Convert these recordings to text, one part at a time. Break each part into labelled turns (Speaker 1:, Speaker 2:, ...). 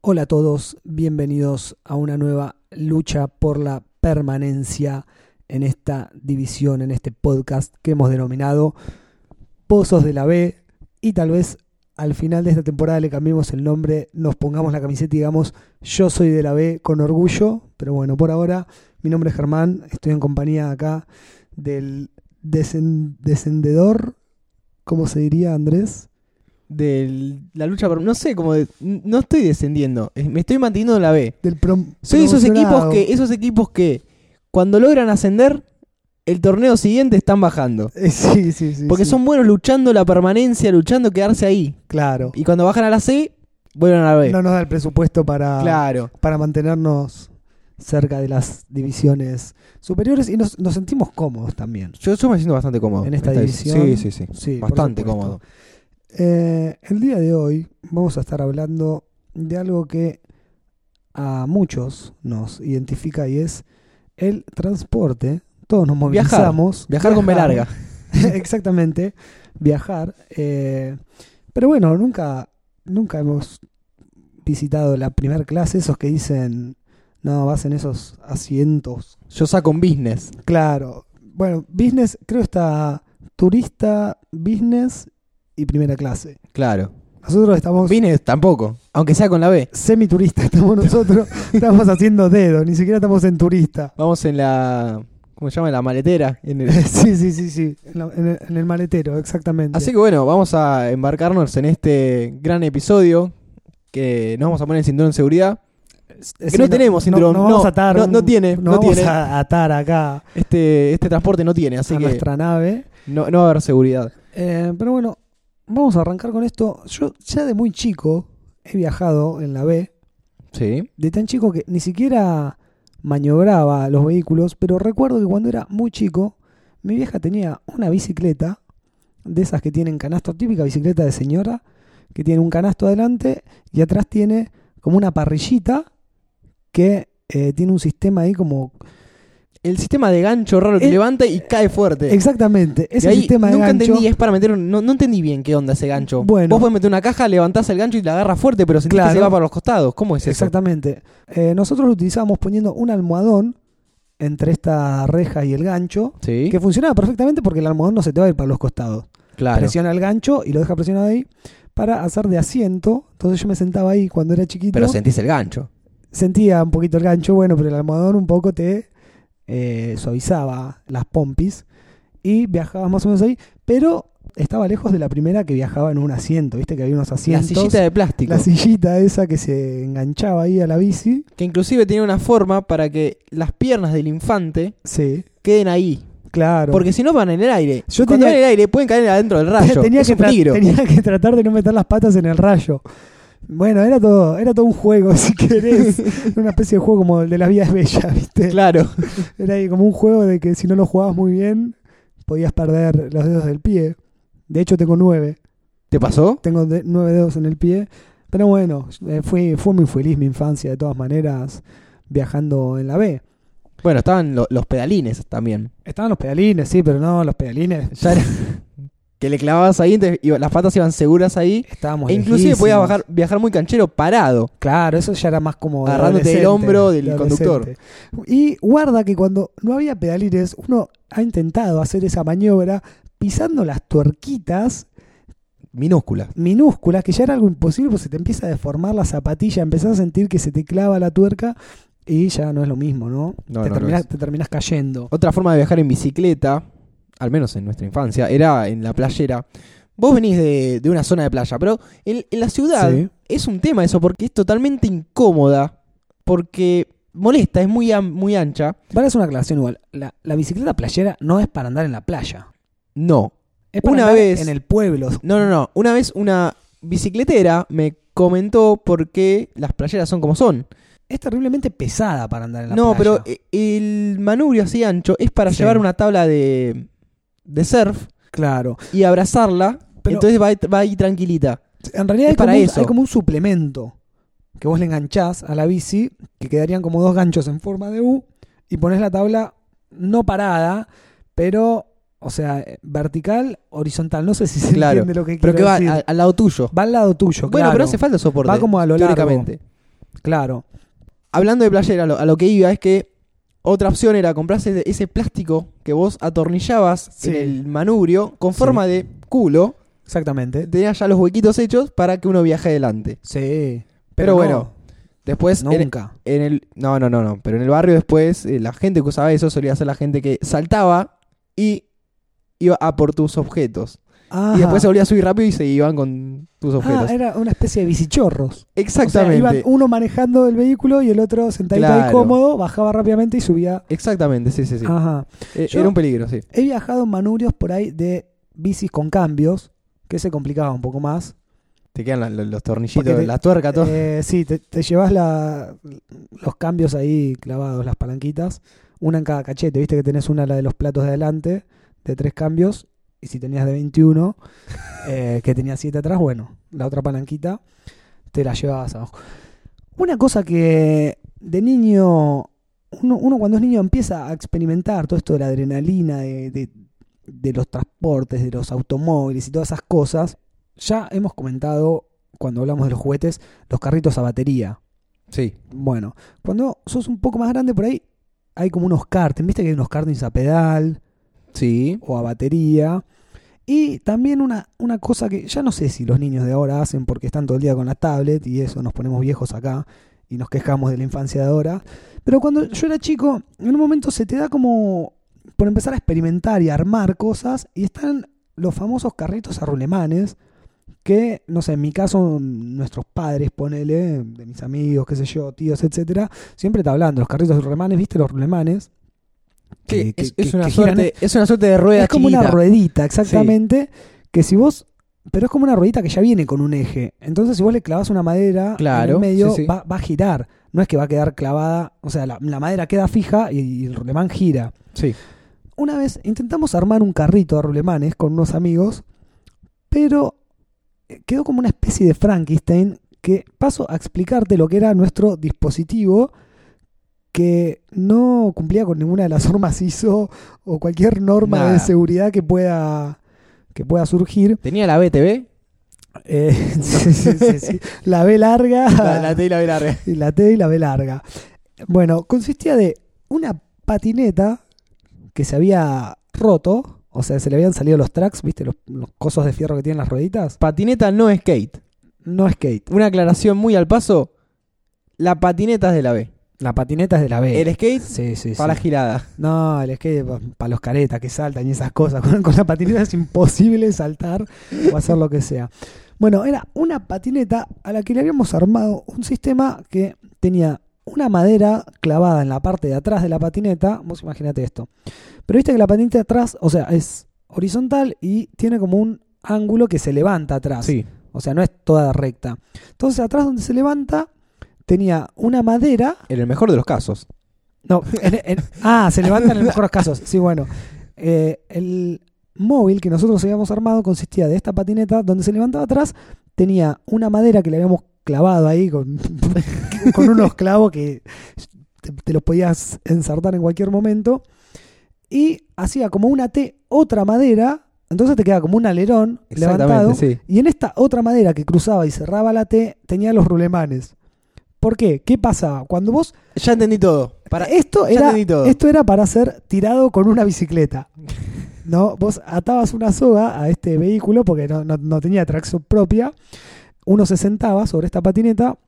Speaker 1: Hola a todos, bienvenidos a una nueva lucha por la permanencia en esta división, en este podcast que hemos denominado Pozos de la B y tal vez al final de esta temporada le cambiemos el nombre, nos pongamos la camiseta y digamos yo soy de la B con orgullo, pero bueno, por ahora mi nombre es Germán, estoy en compañía acá del desen- descendedor, ¿cómo se diría Andrés?
Speaker 2: de la lucha por... No sé, como de- no estoy descendiendo, eh, me estoy manteniendo en la B.
Speaker 1: Del prom-
Speaker 2: Soy esos equipos
Speaker 1: promocionado.
Speaker 2: que esos equipos que cuando logran ascender, el torneo siguiente están bajando.
Speaker 1: Eh, Sí, sí, sí.
Speaker 2: Porque
Speaker 1: sí.
Speaker 2: son buenos luchando la permanencia, luchando quedarse ahí.
Speaker 1: Claro.
Speaker 2: Y cuando bajan a la C, vuelven a la B.
Speaker 1: No nos da el presupuesto para,
Speaker 2: Claro.
Speaker 1: para mantenernos cerca de las divisiones superiores y nos, nos sentimos cómodos también.
Speaker 2: Yo, yo me siento bastante cómodo.
Speaker 1: En esta
Speaker 2: división.
Speaker 1: división.
Speaker 2: Sí, sí, sí.
Speaker 1: Sí, por
Speaker 2: Bastante
Speaker 1: supuesto.
Speaker 2: cómodo.
Speaker 1: Eh, el día de hoy vamos a estar hablando de algo que a muchos nos identifica y es el transporte. Todos nos
Speaker 2: Viajar.
Speaker 1: movilizamos.
Speaker 2: Viajar con B larga.
Speaker 1: Exactamente, viajar. eh, pero bueno, nunca, nunca hemos visitado la primera clase, esos que dicen, no, vas en esos asientos.
Speaker 2: Yo saco un business.
Speaker 1: Claro. Bueno, business, creo está turista, business y primera clase.
Speaker 2: Claro.
Speaker 1: Nosotros estamos
Speaker 2: Business tampoco. Aunque sea con la B.
Speaker 1: semiturista, estamos nosotros, estamos haciendo dedo, ni siquiera estamos en turista.
Speaker 2: Vamos en la. ¿Cómo se llama? La maletera. En el-
Speaker 1: Sí, sí, sí, sí, en, la- en el, en el maletero, exactamente.
Speaker 2: Así que bueno, vamos a embarcarnos en este gran episodio. Que nos vamos a poner el cinturón de seguridad.
Speaker 1: Sí,
Speaker 2: no tenemos cinturón,
Speaker 1: No, vamos
Speaker 2: no,
Speaker 1: a atar.
Speaker 2: no-
Speaker 1: un-
Speaker 2: no tiene, no
Speaker 1: vamos
Speaker 2: tiene.
Speaker 1: a atar acá
Speaker 2: Este, este transporte no tiene, así
Speaker 1: a
Speaker 2: que
Speaker 1: nuestra nave.
Speaker 2: no, no va a haber seguridad.
Speaker 1: Eh, pero bueno, vamos a arrancar con esto. Yo ya de muy chico he viajado en la B,
Speaker 2: Sí.
Speaker 1: de tan chico que ni siquiera maniobraba los vehículos, pero recuerdo que cuando era muy chico, mi vieja tenía una bicicleta, de esas que tienen canasto, típica bicicleta de señora, que tiene un canasto adelante y atrás tiene como una parrillita que eh, tiene un sistema ahí como
Speaker 2: El sistema de gancho raro que
Speaker 1: El-
Speaker 2: levanta y cae fuerte.
Speaker 1: Exactamente,
Speaker 2: Y
Speaker 1: ese
Speaker 2: ahí
Speaker 1: sistema de
Speaker 2: nunca
Speaker 1: gancho.
Speaker 2: entendí, es para meter un- no, no entendí bien qué onda ese gancho.
Speaker 1: Bueno.
Speaker 2: Vos podés meter una caja, levantás el gancho y la agarras fuerte, pero sentís
Speaker 1: Claro.
Speaker 2: que se va para los costados. ¿Cómo es eso?
Speaker 1: Exactamente. Eh, nosotros lo utilizábamos poniendo un almohadón entre esta reja y el gancho,
Speaker 2: Sí,
Speaker 1: que funcionaba perfectamente porque el almohadón no se te va a ir para los costados.
Speaker 2: claro.
Speaker 1: Presiona el gancho y lo deja presionado ahí para hacer de asiento. Entonces yo me sentaba ahí cuando era chiquito.
Speaker 2: Pero sentís el gancho.
Speaker 1: Sentía un poquito el gancho, bueno, pero el almohadón un poco te eh, suavizaba las pompis y viajabas más o menos ahí, pero estaba lejos de la primera que viajaba en un asiento, viste que había unos
Speaker 2: La
Speaker 1: asientos.
Speaker 2: sillita de plástico.
Speaker 1: La sillita esa que se enganchaba ahí a la bici.
Speaker 2: que inclusive tiene una forma para que las piernas del infante
Speaker 1: Sí,
Speaker 2: queden ahí.
Speaker 1: claro.
Speaker 2: Porque si no van en el aire.
Speaker 1: Yo tenía-
Speaker 2: Cuando van en el aire pueden caer adentro del rayo.
Speaker 1: tenía,
Speaker 2: es
Speaker 1: que
Speaker 2: un
Speaker 1: tra-
Speaker 2: peligro.
Speaker 1: tenía que tratar de no meter las patas en el rayo. Bueno, era todo, era todo un juego, si querés. Era una especie de juego como el de las vías bellas, ¿viste?
Speaker 2: Claro.
Speaker 1: Era ahí como un juego de que si no lo jugabas muy bien, podías perder los dedos del pie. De hecho, tengo nueve.
Speaker 2: ¿Te pasó?
Speaker 1: Tengo de- nueve dedos en el pie. Pero bueno, eh, fui, fue muy feliz mi infancia, de todas maneras, viajando en la B.
Speaker 2: Bueno, estaban lo- los pedalines también.
Speaker 1: Estaban los pedalines, sí, pero no, los pedalines.
Speaker 2: Ya era- que le clavabas ahí, entonces iba- las patas iban seguras ahí.
Speaker 1: Estábamos
Speaker 2: E inclusive
Speaker 1: lejísimos.
Speaker 2: podías bajar, viajar muy canchero parado.
Speaker 1: Claro, eso ya era más como. de
Speaker 2: Agarrándote del
Speaker 1: adolescente,
Speaker 2: hombro del
Speaker 1: de
Speaker 2: conductor.
Speaker 1: adolescente. Y guarda que cuando no había pedalines, uno ha intentado hacer esa maniobra pisando las tuerquitas
Speaker 2: Minúscula.
Speaker 1: minúsculas, que ya era algo imposible, porque se te empieza a deformar la zapatilla, empezás a sentir que se te clava la tuerca y ya no es lo mismo, ¿no?
Speaker 2: No,
Speaker 1: te,
Speaker 2: no, no
Speaker 1: terminás,
Speaker 2: es.
Speaker 1: te terminás cayendo.
Speaker 2: Otra forma de viajar en bicicleta, al menos en nuestra infancia, era en la playera. Vos venís de, de una zona de playa, pero en, en la ciudad
Speaker 1: Sí.
Speaker 2: es un tema eso, porque es totalmente incómoda, porque molesta, es muy, am- muy ancha.
Speaker 1: Vale, es una aclaración igual. La, la bicicleta playera no es para andar en la playa.
Speaker 2: No,
Speaker 1: Es para
Speaker 2: Una
Speaker 1: andar
Speaker 2: vez-
Speaker 1: en el pueblo.
Speaker 2: no, no, no. Una vez una bicicletera me comentó por qué las playeras son como son.
Speaker 1: Es terriblemente pesada para andar en la
Speaker 2: No,
Speaker 1: playa.
Speaker 2: pero eh, el manubrio así ancho es para
Speaker 1: Sí.
Speaker 2: llevar una tabla de, de surf
Speaker 1: Claro.
Speaker 2: y abrazarla,
Speaker 1: Pero-
Speaker 2: entonces va, va ahí tranquilita.
Speaker 1: En realidad
Speaker 2: Es
Speaker 1: hay,
Speaker 2: para
Speaker 1: como Un,
Speaker 2: eso.
Speaker 1: hay como un suplemento que vos le enganchás a la bici, que quedarían como dos ganchos en forma de U, y pones la tabla no parada, pero, o sea, eh, vertical, horizontal. No sé si se
Speaker 2: Claro,
Speaker 1: entiende lo que
Speaker 2: Pero
Speaker 1: quiero
Speaker 2: que va
Speaker 1: decir.
Speaker 2: a- al lado tuyo.
Speaker 1: Va al lado tuyo,
Speaker 2: Bueno,
Speaker 1: claro.
Speaker 2: pero hace falta soporte.
Speaker 1: Va como a lo largo.
Speaker 2: teóricamente.
Speaker 1: Claro.
Speaker 2: Hablando de playera, lo- a lo que iba es que otra opción era comprarse de- ese plástico que vos atornillabas
Speaker 1: Sí.
Speaker 2: en el manubrio con
Speaker 1: Sí.
Speaker 2: forma de culo.
Speaker 1: Exactamente.
Speaker 2: Tenías ya los huequitos hechos para que uno viaje adelante.
Speaker 1: Sí.
Speaker 2: Pero bueno, Después,
Speaker 1: no,
Speaker 2: en-
Speaker 1: nunca.
Speaker 2: en el no no no no pero en el barrio después eh, la gente que usaba eso solía ser la gente que saltaba y iba a por tus objetos
Speaker 1: Ah,
Speaker 2: y después se volvía a subir rápido y se iban con tus
Speaker 1: ah,
Speaker 2: objetos
Speaker 1: era una especie de bicichorros. O sea,
Speaker 2: exactamente
Speaker 1: iban uno manejando el vehículo y el otro sentadito ahí
Speaker 2: Claro.
Speaker 1: cómodo, bajaba rápidamente y subía.
Speaker 2: exactamente sí sí sí
Speaker 1: Ajá.
Speaker 2: Eh,
Speaker 1: yo-
Speaker 2: era un peligro sí
Speaker 1: He viajado en manubrios por ahí de bicis con cambios, que se complicaba un poco más.
Speaker 2: te quedan la- la- los tornillitos
Speaker 1: Porque te-
Speaker 2: la tuerca todo
Speaker 1: Eh, sí, te, te llevas la- los cambios ahí clavados, las palanquitas, una en cada cachete. Viste que tenés una, la de los platos de adelante, de tres cambios, y si tenías de 21, eh, que tenía siete atrás, bueno, la otra palanquita te la llevabas abajo. Una cosa que de niño, uno, uno cuando es niño empieza a experimentar todo esto de la adrenalina, de- de- de los transportes, de los automóviles y todas esas cosas. Ya hemos comentado cuando hablamos de los juguetes, los carritos a batería.
Speaker 2: sí
Speaker 1: Bueno, cuando sos un poco más grande por ahí, hay como unos karting, viste que hay unos kartings a pedal
Speaker 2: sí
Speaker 1: o a batería. Y también una, una cosa que ya no sé si los niños de ahora hacen porque están todo el día con la tablet y eso, nos ponemos viejos acá y nos quejamos de la infancia de ahora. Pero cuando yo era chico, en un momento se te da como por empezar a experimentar y a armar cosas y están los famosos carritos arrulemanes que, no sé, en mi caso, nuestros padres, ponele, de mis amigos, qué sé yo, tíos, etcétera, siempre te hablan de los carritos arrulemanes, ¿viste los arrulemanes?
Speaker 2: Sí,
Speaker 1: Que-
Speaker 2: es,
Speaker 1: que-
Speaker 2: es
Speaker 1: que-
Speaker 2: una
Speaker 1: que giran
Speaker 2: suerte es una suerte de rueda
Speaker 1: es como una
Speaker 2: chiquita.
Speaker 1: ruedita, exactamente. Que si vos. Pero es como una ruedita que ya viene con un eje. Entonces, si vos le clavas una madera en
Speaker 2: Claro,
Speaker 1: el medio,
Speaker 2: sí, sí.
Speaker 1: Va, va a girar. No es que va a quedar clavada. O sea, la, la madera queda fija y, y el rulemán gira.
Speaker 2: sí
Speaker 1: Una vez intentamos armar un carrito de rulemanes con unos amigos, pero eh, quedó como una especie de Frankenstein que paso a explicarte lo que era nuestro dispositivo que no cumplía con ninguna de las normas ISO o cualquier norma
Speaker 2: Nada.
Speaker 1: de seguridad que pueda que pueda surgir.
Speaker 2: tenía la BTV
Speaker 1: Eh, sí, sí, sí, sí. La B larga
Speaker 2: la, la T y la B larga
Speaker 1: y la T y la B larga. Bueno, consistía de una patineta que se había roto, o sea, se le habían salido los tracks, ¿viste? Los, los cosos de fierro que tienen las rueditas.
Speaker 2: patineta no skate
Speaker 1: No skate.
Speaker 2: una aclaración muy al paso la patineta es de la B
Speaker 1: La patineta es de la B.
Speaker 2: el skate
Speaker 1: Sí, sí, sí.
Speaker 2: para girada
Speaker 1: No, el skate para los caretas que saltan y esas cosas. Con, con la patineta es imposible saltar o hacer lo que sea. Bueno, era una patineta a la que le habíamos armado un sistema que tenía una madera clavada en la parte de atrás de la patineta. Vos imaginate esto. Pero viste que la patineta de atrás, o sea, es horizontal y tiene como un ángulo que se levanta atrás.
Speaker 2: sí
Speaker 1: O sea, no es toda recta. Entonces, atrás donde se levanta, tenía una madera
Speaker 2: En el mejor de los casos.
Speaker 1: no, en- en- ah, se levantan en los mejores casos. Sí, bueno. Eh, el móvil que nosotros habíamos armado consistía de esta patineta donde se levantaba atrás, tenía una madera que le habíamos clavado ahí con, con unos clavos que te, te los podías ensartar en cualquier momento. Y hacía como una T otra madera, entonces te queda como un alerón levantado.
Speaker 2: sí.
Speaker 1: Y en esta otra madera que cruzaba y cerraba la T, tenía los rulemanes. ¿Por qué? ¿Qué pasaba? Cuando vos
Speaker 2: Ya entendí todo. Para,
Speaker 1: esto
Speaker 2: ya
Speaker 1: era
Speaker 2: entendí todo.
Speaker 1: esto era para ser tirado con una bicicleta. ¿No? Vos atabas una soga a este vehículo porque no, no- no tenía tracción propia. Uno se sentaba sobre esta patineta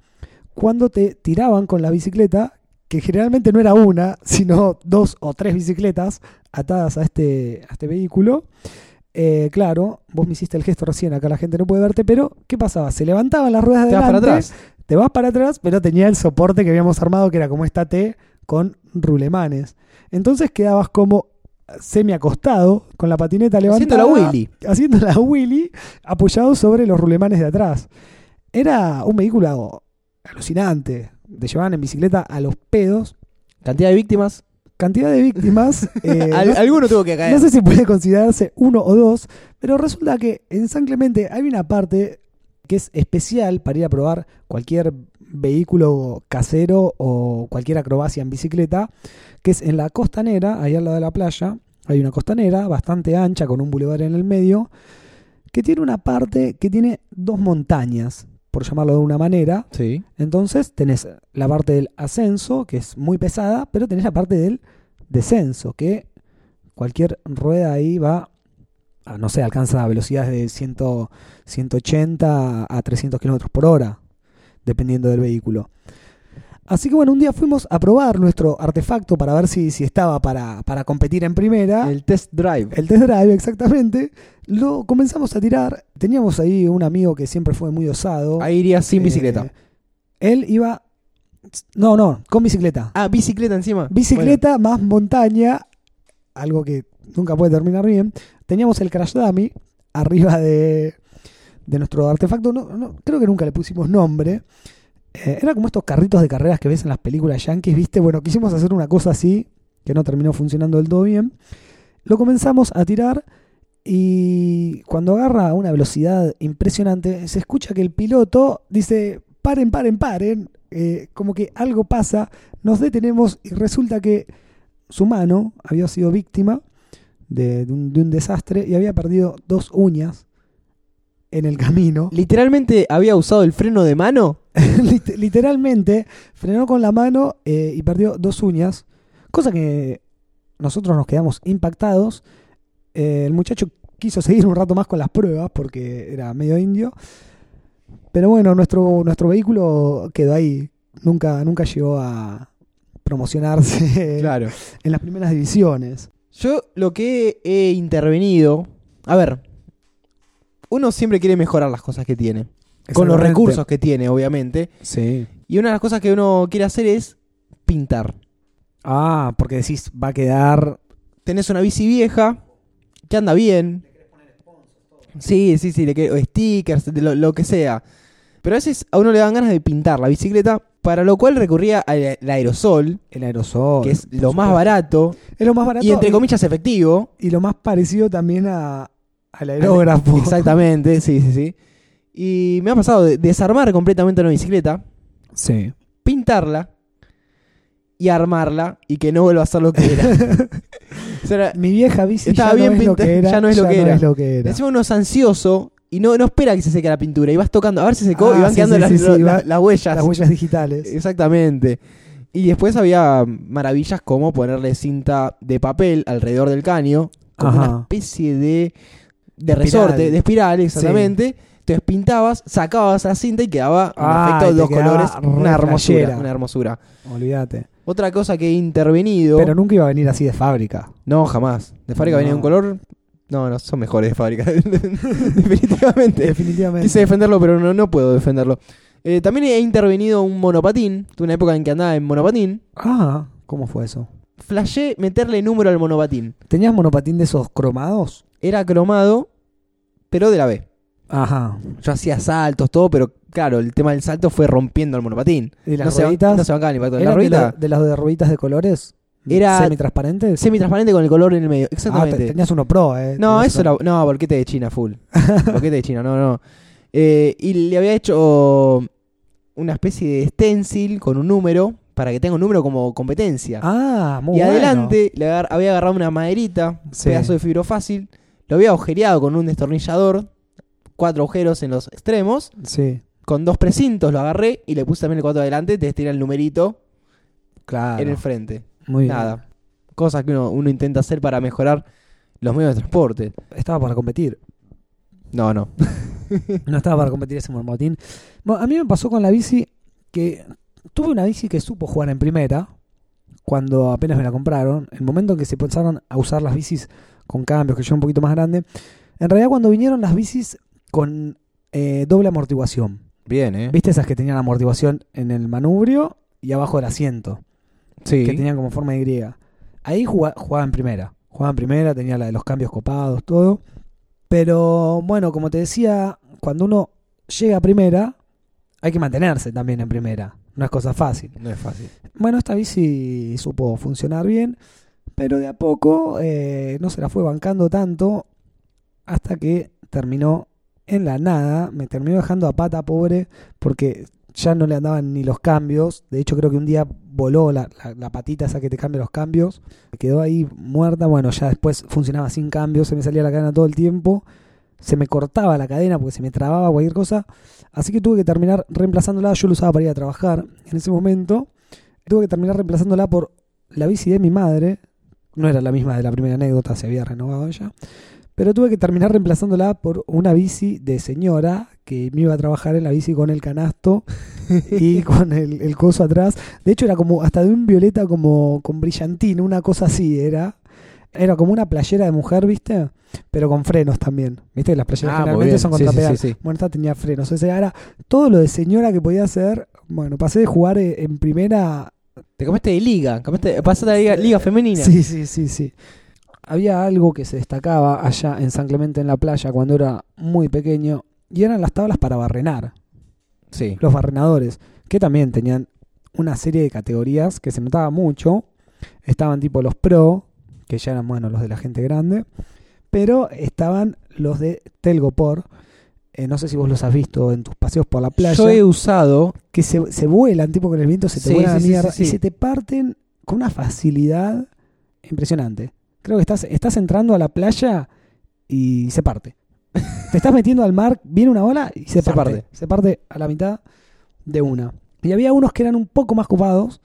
Speaker 1: cuando te tiraban con la bicicleta, que generalmente no era una, sino dos o tres bicicletas atadas a este, a este vehículo. Eh, claro, vos me hiciste el gesto recién, acá la gente no puede verte, pero ¿qué pasaba? Se levantaban las ruedas de
Speaker 2: Te vas para atrás.
Speaker 1: te vas para atrás, pero tenía el soporte que habíamos armado, que era como esta T con rulemanes. Entonces quedabas como semi acostado, con la patineta
Speaker 2: Haciendo
Speaker 1: levantada.
Speaker 2: la Willy.
Speaker 1: Haciendo la Willy, apoyado sobre los rulemanes de atrás. Era un vehículo alucinante. Te llevaban en bicicleta a los pedos.
Speaker 2: Cantidad de víctimas.
Speaker 1: Cantidad de víctimas. eh,
Speaker 2: Al-
Speaker 1: no-
Speaker 2: alguno tuvo que caer.
Speaker 1: no sé si puede considerarse uno o dos, pero resulta que en San Clemente hay una parte que es especial para ir a probar cualquier vehículo casero o cualquier acrobacia en bicicleta, que es en la costanera, ahí al lado de la playa. Hay una costanera bastante ancha con un bulevar en el medio, que tiene una parte que tiene dos montañas, por llamarlo de una manera.
Speaker 2: Sí.
Speaker 1: Entonces tenés la parte del ascenso, que es muy pesada, pero tenés la parte del descenso, que cualquier rueda ahí va, a, no sé, alcanza velocidades de 100, 180 a 300 kilómetros por hora, dependiendo del vehículo. Así que bueno, un día fuimos a probar nuestro artefacto para ver si, si estaba para, para competir en primera.
Speaker 2: Ah. El test drive.
Speaker 1: El test drive, exactamente. Lo comenzamos a tirar. Teníamos ahí un amigo que siempre fue muy osado.
Speaker 2: Ahí iría sin
Speaker 1: Eh,
Speaker 2: bicicleta.
Speaker 1: él iba. No, no, con bicicleta.
Speaker 2: ah, bicicleta encima.
Speaker 1: Bicicleta más montaña, algo que nunca puede terminar bien. Teníamos el Crash Dummy arriba de, de nuestro artefacto. No, no, creo que nunca le pusimos nombre. Eh, era como estos carritos de carreras que ves en las películas yankees, ¿viste? Bueno, quisimos hacer una cosa así, que no terminó funcionando del todo bien. Lo comenzamos a tirar y cuando agarra a una velocidad impresionante, se escucha que el piloto dice, paren, paren, paren, Eh, como que algo pasa, nos detenemos y resulta que su mano había sido víctima de, de un, de un desastre y había perdido dos uñas en el camino.
Speaker 2: Bueno. Literalmente había usado el freno de mano.
Speaker 1: Lit- Literalmente frenó con la mano eh, y perdió dos uñas, cosa que nosotros nos quedamos impactados. Eh, el muchacho quiso seguir un rato más con las pruebas porque era medio indio. Pero bueno, nuestro, nuestro vehículo quedó ahí. Nunca, nunca llegó a promocionarse
Speaker 2: Claro.
Speaker 1: en las primeras divisiones.
Speaker 2: Yo lo que he intervenido. A ver. Uno siempre quiere mejorar las cosas que tiene. Con los recursos que tiene, obviamente.
Speaker 1: Sí.
Speaker 2: Y una de las cosas que uno quiere hacer es pintar.
Speaker 1: Ah, porque decís, va a quedar.
Speaker 2: Tenés una bici vieja que anda bien. Sí, sí, sí, le que- o stickers, de lo, lo que sea. Pero a veces a uno le dan ganas de pintar la bicicleta, para lo cual recurría al al aerosol,
Speaker 1: El aerosol.
Speaker 2: que es
Speaker 1: por
Speaker 2: lo más
Speaker 1: supuesto.
Speaker 2: barato
Speaker 1: Es lo más barato.
Speaker 2: y entre comillas efectivo.
Speaker 1: y lo más parecido también a, al aerógrafo.
Speaker 2: Exactamente, sí, sí, sí. Y me ha pasado de desarmar completamente una bicicleta,
Speaker 1: Sí.
Speaker 2: pintarla y armarla y que no vuelva a ser lo que era. O sea, era-
Speaker 1: Mi vieja bici
Speaker 2: Estaba
Speaker 1: ya,
Speaker 2: bien
Speaker 1: no es lo que
Speaker 2: pintada,
Speaker 1: era,
Speaker 2: ya no es lo que era.
Speaker 1: es lo que era.
Speaker 2: encima uno es ansioso y no, no espera que se seque la pintura y vas tocando, a ver si se secó
Speaker 1: Ah,
Speaker 2: y van
Speaker 1: sí,
Speaker 2: quedando
Speaker 1: sí,
Speaker 2: las,
Speaker 1: sí, sí,
Speaker 2: la-
Speaker 1: va-
Speaker 2: las Eh, huellas.
Speaker 1: Las huellas digitales.
Speaker 2: Exactamente. Y después había maravillas como ponerle cinta de papel alrededor del caño, como
Speaker 1: Ajá.
Speaker 2: una especie de, de
Speaker 1: Espiral.
Speaker 2: resorte, de espiral, exactamente. Entonces pintabas, sacabas la cinta y quedaba un
Speaker 1: Ah,
Speaker 2: efecto
Speaker 1: y
Speaker 2: de
Speaker 1: te
Speaker 2: dos
Speaker 1: quedaba
Speaker 2: colores,
Speaker 1: re
Speaker 2: una hermosura,
Speaker 1: flashera.
Speaker 2: una hermosura.
Speaker 1: Olvídate.
Speaker 2: Otra cosa que he intervenido.
Speaker 1: Pero nunca iba a venir así de fábrica.
Speaker 2: No, jamás. De fábrica venía de un
Speaker 1: No.
Speaker 2: color. No, no, son mejores de fábrica. Definitivamente.
Speaker 1: Definitivamente.
Speaker 2: Quise defenderlo, pero no, no puedo defenderlo. Eh, también he intervenido un monopatín. Tuve una época en que andaba en monopatín.
Speaker 1: Ah, ¿cómo fue eso?
Speaker 2: Flashé meterle número al monopatín.
Speaker 1: ¿Tenías monopatín de esos cromados?
Speaker 2: Era cromado, pero de la B.
Speaker 1: Ajá.
Speaker 2: Yo hacía saltos, todo, pero claro, el tema del salto fue rompiendo el monopatín.
Speaker 1: ¿Y las
Speaker 2: no, se,
Speaker 1: rueditas?
Speaker 2: no se bancaba ni para
Speaker 1: ¿Eran
Speaker 2: La ruedita,
Speaker 1: De, la- de las de rueditas de colores?
Speaker 2: Era-
Speaker 1: ¿Semitransparentes?
Speaker 2: semi-transparente con el color en el medio.
Speaker 1: Ah,
Speaker 2: Exactamente.
Speaker 1: te- tenías uno pro, eh.
Speaker 2: No,
Speaker 1: Tenías
Speaker 2: eso
Speaker 1: uno-
Speaker 2: era. No, bolquete de China, full. Bolquete de China, no, no. Eh, y le había hecho una especie de stencil con un número para que tenga un número como competencia.
Speaker 1: Ah, muy
Speaker 2: y
Speaker 1: bueno.
Speaker 2: adelante le agar- había agarrado una maderita, un
Speaker 1: Sí.
Speaker 2: pedazo de fibro fácil, lo había agujereado con un destornillador, cuatro agujeros en los extremos,
Speaker 1: Sí.
Speaker 2: con dos precintos lo agarré y le puse también el cuatro adelante, te estira el numerito
Speaker 1: Claro.
Speaker 2: en el frente.
Speaker 1: Muy bien.
Speaker 2: Nada. Cosas que uno, uno intenta hacer para mejorar los medios de transporte.
Speaker 1: Estaba para competir.
Speaker 2: No, no.
Speaker 1: No estaba para competir ese mormotín. Bueno, a mí me pasó con la bici que tuve una bici que supo jugar en primera cuando apenas me la compraron. El momento en que se pensaron a usar las bicis con cambios, que yo era un poquito más grande. En realidad, cuando vinieron las bicis con eh, doble amortiguación.
Speaker 2: Bien, ¿eh?
Speaker 1: ¿Viste esas que tenían amortiguación en el manubrio y abajo del asiento?
Speaker 2: Sí.
Speaker 1: Que tenían como forma de Y. Ahí jugaba, jugaba en primera. Jugaba en primera, tenía la de los cambios copados, todo. Pero bueno, como te decía, cuando uno llega a primera, hay que mantenerse también en primera. No es cosa fácil.
Speaker 2: No es fácil.
Speaker 1: Bueno, esta bici supo funcionar bien, pero de a poco eh, no se la fue bancando tanto hasta que terminó en la nada. Me terminó dejando a pata pobre porque ya no le andaban ni los cambios. De hecho, creo que un día voló la, la- la patita esa que te cambia los cambios. Quedó ahí muerta. Bueno, ya después funcionaba sin cambios, se me salía la cadena todo el tiempo. se me cortaba la cadena porque se me trababa cualquier cosa. Así que tuve que terminar reemplazándola. Yo la usaba para ir a trabajar en ese momento. Tuve que terminar reemplazándola por la bici de mi madre. No era la misma de la primera anécdota, se había renovado ya. Pero tuve que terminar reemplazándola por una bici de señora que me iba a trabajar en la bici con el canasto y con el, el coso atrás. De hecho, era como hasta de un violeta como con brillantina, una cosa así era. Era como una playera de mujer, ¿viste? Pero con frenos también. ¿Viste? Las playeras
Speaker 2: Ah, muy
Speaker 1: generalmente
Speaker 2: bien.
Speaker 1: son
Speaker 2: Sí,
Speaker 1: con
Speaker 2: sí,
Speaker 1: tapedal.
Speaker 2: sí, sí.
Speaker 1: Bueno, esta tenía frenos. O sea, era todo lo de señora que podía hacer. Bueno, pasé de jugar eh, en primera.
Speaker 2: Te cambiaste de liga, cambiaste, pasaste a la liga, liga femenina.
Speaker 1: Sí, sí, sí, sí. Había algo que se destacaba allá en San Clemente en la playa cuando era muy pequeño y eran las tablas para barrenar.
Speaker 2: Sí.
Speaker 1: los barrenadores, que también tenían una serie de categorías que se notaba mucho. Estaban tipo los pro, que ya eran, bueno, los de la gente grande, pero estaban los de Telgopor. eh, no sé si vos los has visto en tus paseos por la playa.
Speaker 2: Yo he usado
Speaker 1: Que se, se vuelan, tipo con el viento se te
Speaker 2: Sí,
Speaker 1: vuelan
Speaker 2: sí,
Speaker 1: a
Speaker 2: sí,
Speaker 1: mierda
Speaker 2: sí,
Speaker 1: y
Speaker 2: sí.
Speaker 1: se te parten con una facilidad impresionante. Creo que estás, estás entrando a la playa y se parte. Te estás metiendo al mar, viene una ola y se,
Speaker 2: Se
Speaker 1: parte.
Speaker 2: parte.
Speaker 1: Se parte a la mitad de una. Y había unos que eran un poco más copados,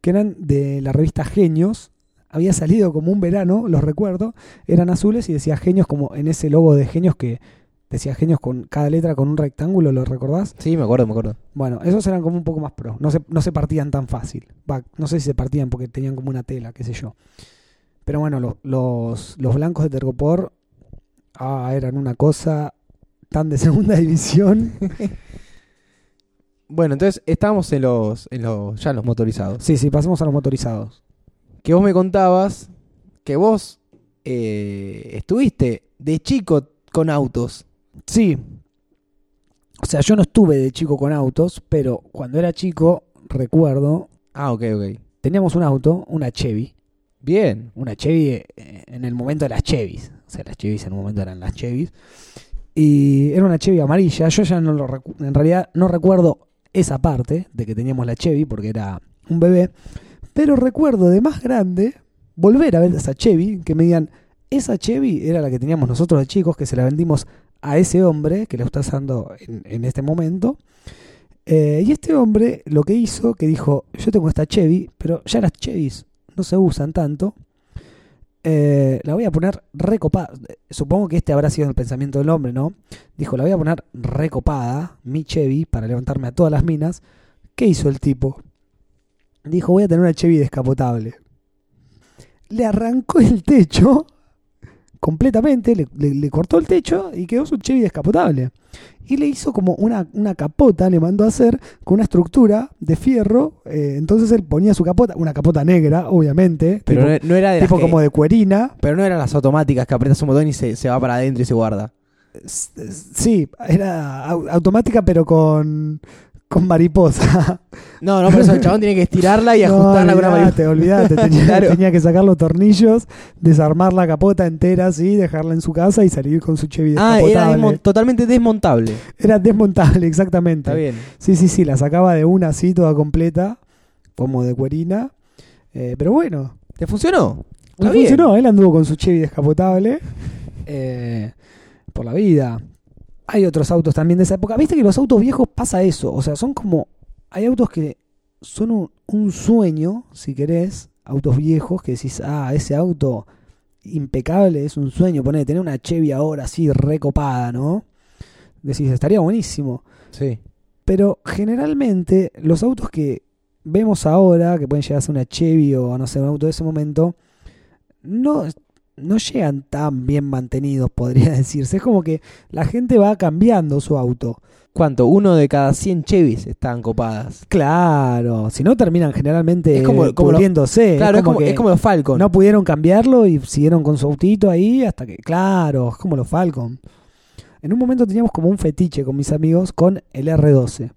Speaker 1: que eran de la revista Genios. Había salido como un verano, los recuerdo. Eran azules y decía Genios como en ese logo de Genios que decía Genios con cada letra con un rectángulo, ¿lo recordás?
Speaker 2: Sí, me acuerdo, me acuerdo.
Speaker 1: Bueno, esos eran como un poco más pro. No se, no se partían tan fácil. Va, no sé si se partían porque tenían como una tela, qué sé yo. Pero bueno, lo- los, los blancos de Tergopor ah, eran una cosa tan de segunda división.
Speaker 2: Bueno, entonces estábamos en los, en los, ya en los motorizados.
Speaker 1: Sí, sí, pasemos a los motorizados.
Speaker 2: Que vos me contabas que vos eh, estuviste de chico con autos.
Speaker 1: Sí. O sea, yo no estuve de chico con autos, pero cuando era chico, recuerdo,
Speaker 2: Ah, ok, ok.
Speaker 1: teníamos un auto, una Chevy.
Speaker 2: Bien.
Speaker 1: una Chevy eh, en el momento de las Chevys. O sea, las Chevys en un momento eran las Chevys. Y era una Chevy amarilla. Yo ya no lo recu- en realidad no recuerdo esa parte de que teníamos la Chevy porque era un bebé. Pero recuerdo de más grande volver a ver esa Chevy que me digan, esa Chevy era la que teníamos nosotros de chicos que se la vendimos a ese hombre que la está usando en, en este momento. Eh, y este hombre lo que hizo, que dijo, yo tengo esta Chevy, pero ya las Chevys no se usan tanto. Eh, la voy a poner recopada. Supongo que este habrá sido el pensamiento del hombre, ¿no? Dijo, la voy a poner recopada, mi Chevy, para levantarme a todas las minas. ¿Qué hizo el tipo? Dijo, voy a tener una Chevy descapotable. Le arrancó el techo completamente, le, le- le cortó el techo y quedó su Chevy descapotable. Y le hizo como una, una capota, le mandó a hacer con una estructura de fierro. eh, entonces él ponía su capota, una capota negra, obviamente.
Speaker 2: Pero
Speaker 1: tipo-
Speaker 2: no, no era de las
Speaker 1: tipo
Speaker 2: que-
Speaker 1: como de cuerina.
Speaker 2: Pero no eran las automáticas que apretas un botón y se, se va para adentro y se guarda.
Speaker 1: S- s- Sí, era au- automática pero con, con mariposa.
Speaker 2: No, no, por eso el chabón tiene que estirarla y
Speaker 1: No,
Speaker 2: ajustarla con una
Speaker 1: olvidate, olvidate. Tenía,
Speaker 2: Claro.
Speaker 1: tenía que sacar los tornillos, desarmar la capota entera así, dejarla en su casa y salir con su Chevy
Speaker 2: Ah,
Speaker 1: descapotable.
Speaker 2: era desmon- totalmente desmontable.
Speaker 1: Era desmontable, exactamente.
Speaker 2: Está bien.
Speaker 1: Sí, sí, sí, la sacaba de una así toda completa, como de cuerina. Eh, pero bueno,
Speaker 2: ¿Te funcionó?
Speaker 1: Le
Speaker 2: Está bien.
Speaker 1: funcionó, él anduvo con su Chevy descapotable eh, por la vida. Hay otros autos también de esa época. Viste que los autos viejos pasa eso. O sea, son como. Hay autos que son un, un sueño, si querés. Autos viejos que decís, ah, ese auto impecable es un sueño. Poner, tener una Chevy ahora así recopada, ¿no? Decís, estaría buenísimo.
Speaker 2: Sí.
Speaker 1: Pero generalmente los autos que vemos ahora, que pueden llegar a ser una Chevy o no sé, un auto de ese momento, no, no llegan tan bien mantenidos, podría decirse. Es como que la gente va cambiando su auto.
Speaker 2: ¿Cuánto? Uno de cada 100 Chevys estaban copadas.
Speaker 1: Claro, si no terminan generalmente
Speaker 2: Es como- como lo-
Speaker 1: pudriéndose.
Speaker 2: Claro, es como,
Speaker 1: que
Speaker 2: es como los Falcon.
Speaker 1: no pudieron cambiarlo y siguieron con su autito ahí hasta que, claro, es como los Falcon. En un momento teníamos como un fetiche con mis amigos con el R12.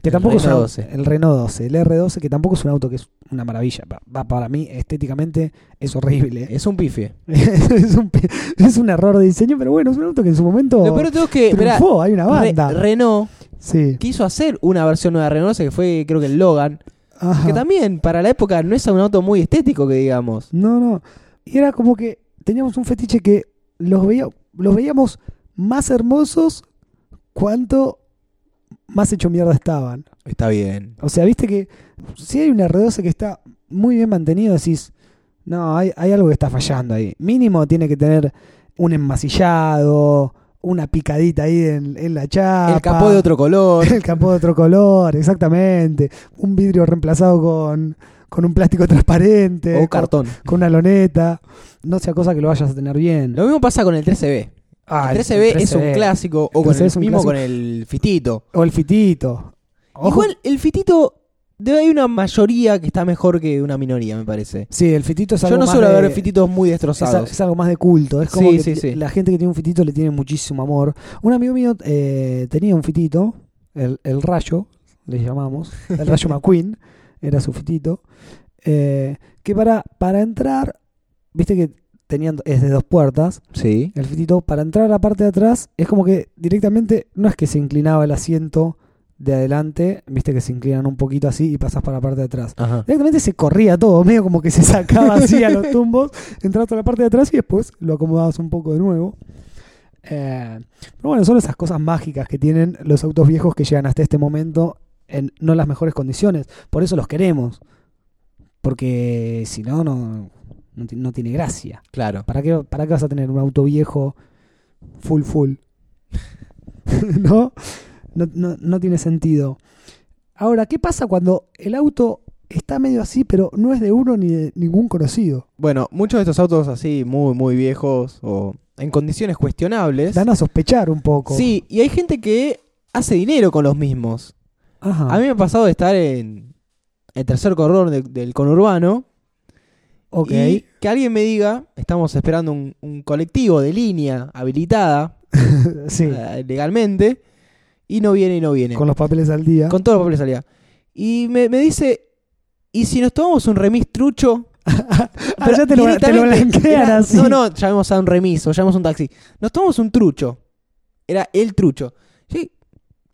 Speaker 1: Que
Speaker 2: El
Speaker 1: tampoco es un
Speaker 2: Renault
Speaker 1: au-
Speaker 2: 12.
Speaker 1: el Renault 12, el R12 que tampoco es un auto que es una maravilla, Pa- pa- para mí estéticamente es horrible.
Speaker 2: Es un pifie.
Speaker 1: es, un, pi- es un error de diseño, pero bueno, es un auto que en su momento
Speaker 2: Lo peor de todo es que, mirá,
Speaker 1: triunfó, hay una
Speaker 2: Re-
Speaker 1: banda.
Speaker 2: Renault
Speaker 1: sí.
Speaker 2: quiso hacer una versión nueva de Renault, que fue creo que el Logan,
Speaker 1: Ajá.
Speaker 2: que también para la época no es un auto muy estético que digamos.
Speaker 1: No, no. Y era como que teníamos un fetiche que los, veía- los veíamos más hermosos cuanto más hecho mierda estaban.
Speaker 2: Está bien.
Speaker 1: O sea, viste que si hay una R12 que está muy bien mantenido, decís, no, hay, hay algo que está fallando ahí. Mínimo tiene que tener un enmasillado, una picadita ahí en, en la chapa.
Speaker 2: El capó de otro color.
Speaker 1: El capó de otro color, exactamente. Un vidrio reemplazado con, con un plástico transparente.
Speaker 2: o
Speaker 1: con-
Speaker 2: cartón.
Speaker 1: Con una loneta. No sea cosa que lo vayas a tener bien.
Speaker 2: Lo mismo pasa con el 13B.
Speaker 1: Ah,
Speaker 2: el 13B es un
Speaker 1: 13B.
Speaker 2: clásico. O
Speaker 1: El
Speaker 2: con
Speaker 1: 13B
Speaker 2: el,
Speaker 1: es un
Speaker 2: mismo
Speaker 1: clásico.
Speaker 2: con el fitito.
Speaker 1: O el fitito. Ojo.
Speaker 2: Igual el fitito. Debe hay una mayoría que está mejor que una minoría, me parece.
Speaker 1: Sí, el fitito es algo
Speaker 2: Yo no
Speaker 1: más
Speaker 2: suelo
Speaker 1: de-
Speaker 2: ver fititos muy
Speaker 1: es, a-
Speaker 2: destrozados.
Speaker 1: es algo más de culto. Es como
Speaker 2: Sí,
Speaker 1: que
Speaker 2: sí,
Speaker 1: ti-
Speaker 2: sí.
Speaker 1: la gente que tiene un fitito le tiene muchísimo amor. Un amigo mío eh, tenía un fitito, el, el rayo, le llamamos, el rayo McQueen, era su fitito, eh, que para, para entrar, viste que tenían, es de dos puertas,
Speaker 2: Sí.
Speaker 1: el fitito, para entrar a la parte de atrás, es como que directamente no es que se inclinaba el asiento de adelante, viste que se inclinan un poquito así y pasas para la parte de atrás.
Speaker 2: Ajá.
Speaker 1: Directamente se corría todo, medio como que se sacaba así a los tumbos, entrabas a la parte de atrás y después lo acomodabas un poco de nuevo. Eh, pero bueno, son esas cosas mágicas que tienen los autos viejos que llegan hasta este momento en no las mejores condiciones. Por eso los queremos. Porque si no, no, no, ti- no tiene gracia.
Speaker 2: Claro.
Speaker 1: ¿Para qué, ¿Para qué vas a tener un auto viejo full full? ¿No? No, no- no tiene sentido. Ahora, ¿qué pasa cuando el auto está medio así, pero no es de uno ni de ningún conocido?
Speaker 2: Bueno, muchos de estos autos así, muy, muy viejos o en condiciones cuestionables.
Speaker 1: Dan a sospechar un poco.
Speaker 2: Sí, y hay gente que hace dinero con los mismos.
Speaker 1: Ajá.
Speaker 2: A mí me ha pasado de estar en el tercer corredor de- del conurbano
Speaker 1: ok.
Speaker 2: y que alguien me diga, estamos esperando un, un colectivo de línea habilitada
Speaker 1: sí.
Speaker 2: eh, legalmente y no viene y no viene.
Speaker 1: Con los papeles al día.
Speaker 2: Con todos los papeles salía. Y me, me dice, ¿y si nos tomamos un remis trucho?
Speaker 1: Ah, ya te lo, te lo
Speaker 2: directamente
Speaker 1: blanquean
Speaker 2: era-
Speaker 1: así.
Speaker 2: No, no, llamemos a un remis o llamemos a un taxi. Nos tomamos un trucho. Era el trucho. Sí,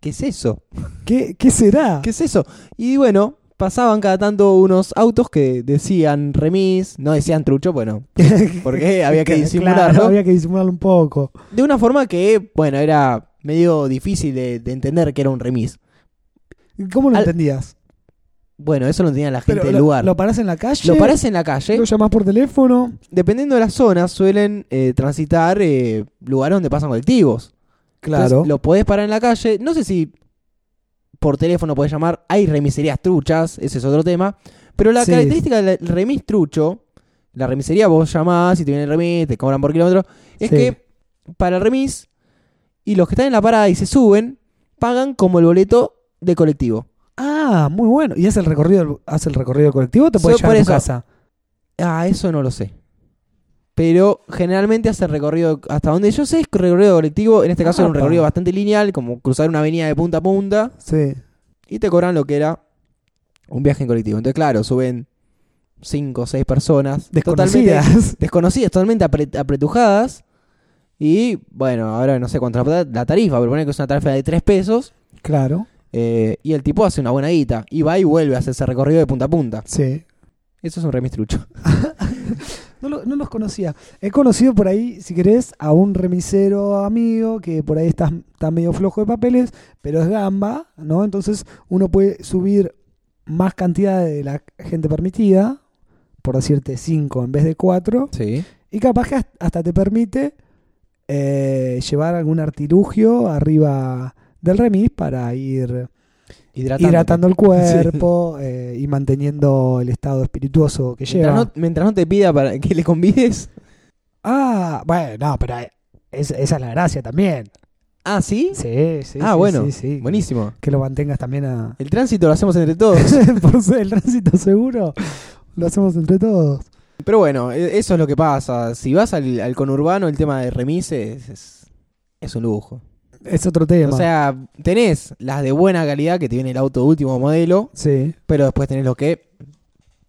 Speaker 2: ¿qué es eso?
Speaker 1: ¿Qué, qué será?
Speaker 2: ¿Qué es eso? Y bueno, pasaban cada tanto unos autos que decían remis, no decían trucho, bueno, porque había que
Speaker 1: Claro,
Speaker 2: disimularlo.
Speaker 1: había que disimularlo un poco.
Speaker 2: De una forma que, bueno, era medio difícil de, de entender que era un remis.
Speaker 1: ¿Cómo lo
Speaker 2: Al-
Speaker 1: entendías?
Speaker 2: Bueno, eso lo tenía la gente
Speaker 1: Pero
Speaker 2: del
Speaker 1: lo,
Speaker 2: lugar.
Speaker 1: ¿Lo
Speaker 2: Lo,
Speaker 1: parás en la calle?
Speaker 2: parás en la calle.
Speaker 1: ¿Lo llamás por teléfono?
Speaker 2: Dependiendo de la zona, suelen eh, transitar eh, lugares donde pasan colectivos. Entonces, lo podés parar en la calle. No sé si por teléfono podés llamar. Hay remiserías truchas, ese es otro tema. Pero la
Speaker 1: Sí.
Speaker 2: característica del remis trucho, la remisería vos llamás y te viene el remis, te cobran por kilómetro, es
Speaker 1: Sí.
Speaker 2: que para el remis y los que están en la parada y se suben, pagan como el boleto de colectivo.
Speaker 1: Ah, muy bueno. ¿Y hace el recorrido, hace el recorrido colectivo o te puedes
Speaker 2: So,
Speaker 1: llevar a tu
Speaker 2: por eso.
Speaker 1: casa?
Speaker 2: Ah, eso no lo sé. Pero generalmente hace recorrido, hasta donde yo sé, es recorrido colectivo. En este caso era un
Speaker 1: Apa.
Speaker 2: recorrido bastante lineal, como cruzar una avenida de punta a punta.
Speaker 1: Sí.
Speaker 2: y te cobran lo que era un viaje en colectivo. Entonces, claro, suben cinco o seis personas totalmente
Speaker 1: Desconocidas.
Speaker 2: desconocidas, totalmente apre- apretujadas. Y bueno, ahora no sé cuánto la, la tarifa, pero pone que es una tarifa de tres pesos.
Speaker 1: claro.
Speaker 2: eh, y el tipo hace una buena guita y va y vuelve a hacer ese recorrido de punta a punta.
Speaker 1: Sí.
Speaker 2: Eso es un remistrucho.
Speaker 1: No, lo- no los conocía. He conocido por ahí, si querés, a un remisero amigo que por ahí está, está medio flojo de papeles, pero es gamba, ¿no? Entonces uno puede subir más cantidad de la gente permitida, por decirte 5 en vez de 4,
Speaker 2: Sí.
Speaker 1: y capaz que hast- hasta te permite eh, llevar algún artilugio arriba del remis para ir
Speaker 2: Hidratando.
Speaker 1: hidratando el cuerpo eh, y manteniendo el estado espirituoso que lleva.
Speaker 2: Mientras no, mientras no te pida para que le convides.
Speaker 1: Ah, bueno, no, pero eh, es- esa es la gracia también.
Speaker 2: Ah, ¿sí?
Speaker 1: Sí, sí.
Speaker 2: ah,
Speaker 1: sí,
Speaker 2: bueno.
Speaker 1: sí, sí.
Speaker 2: Buenísimo.
Speaker 1: Que lo mantengas también a...
Speaker 2: El tránsito lo hacemos entre todos.
Speaker 1: Por ser el tránsito seguro, lo hacemos entre todos.
Speaker 2: Pero bueno, e- eso es lo que pasa. Si vas al, al conurbano, el tema de remises es, es un lujo.
Speaker 1: Es otro tema.
Speaker 2: O sea, tenés las de buena calidad que te viene el auto de último modelo,
Speaker 1: sí.
Speaker 2: pero después tenés lo que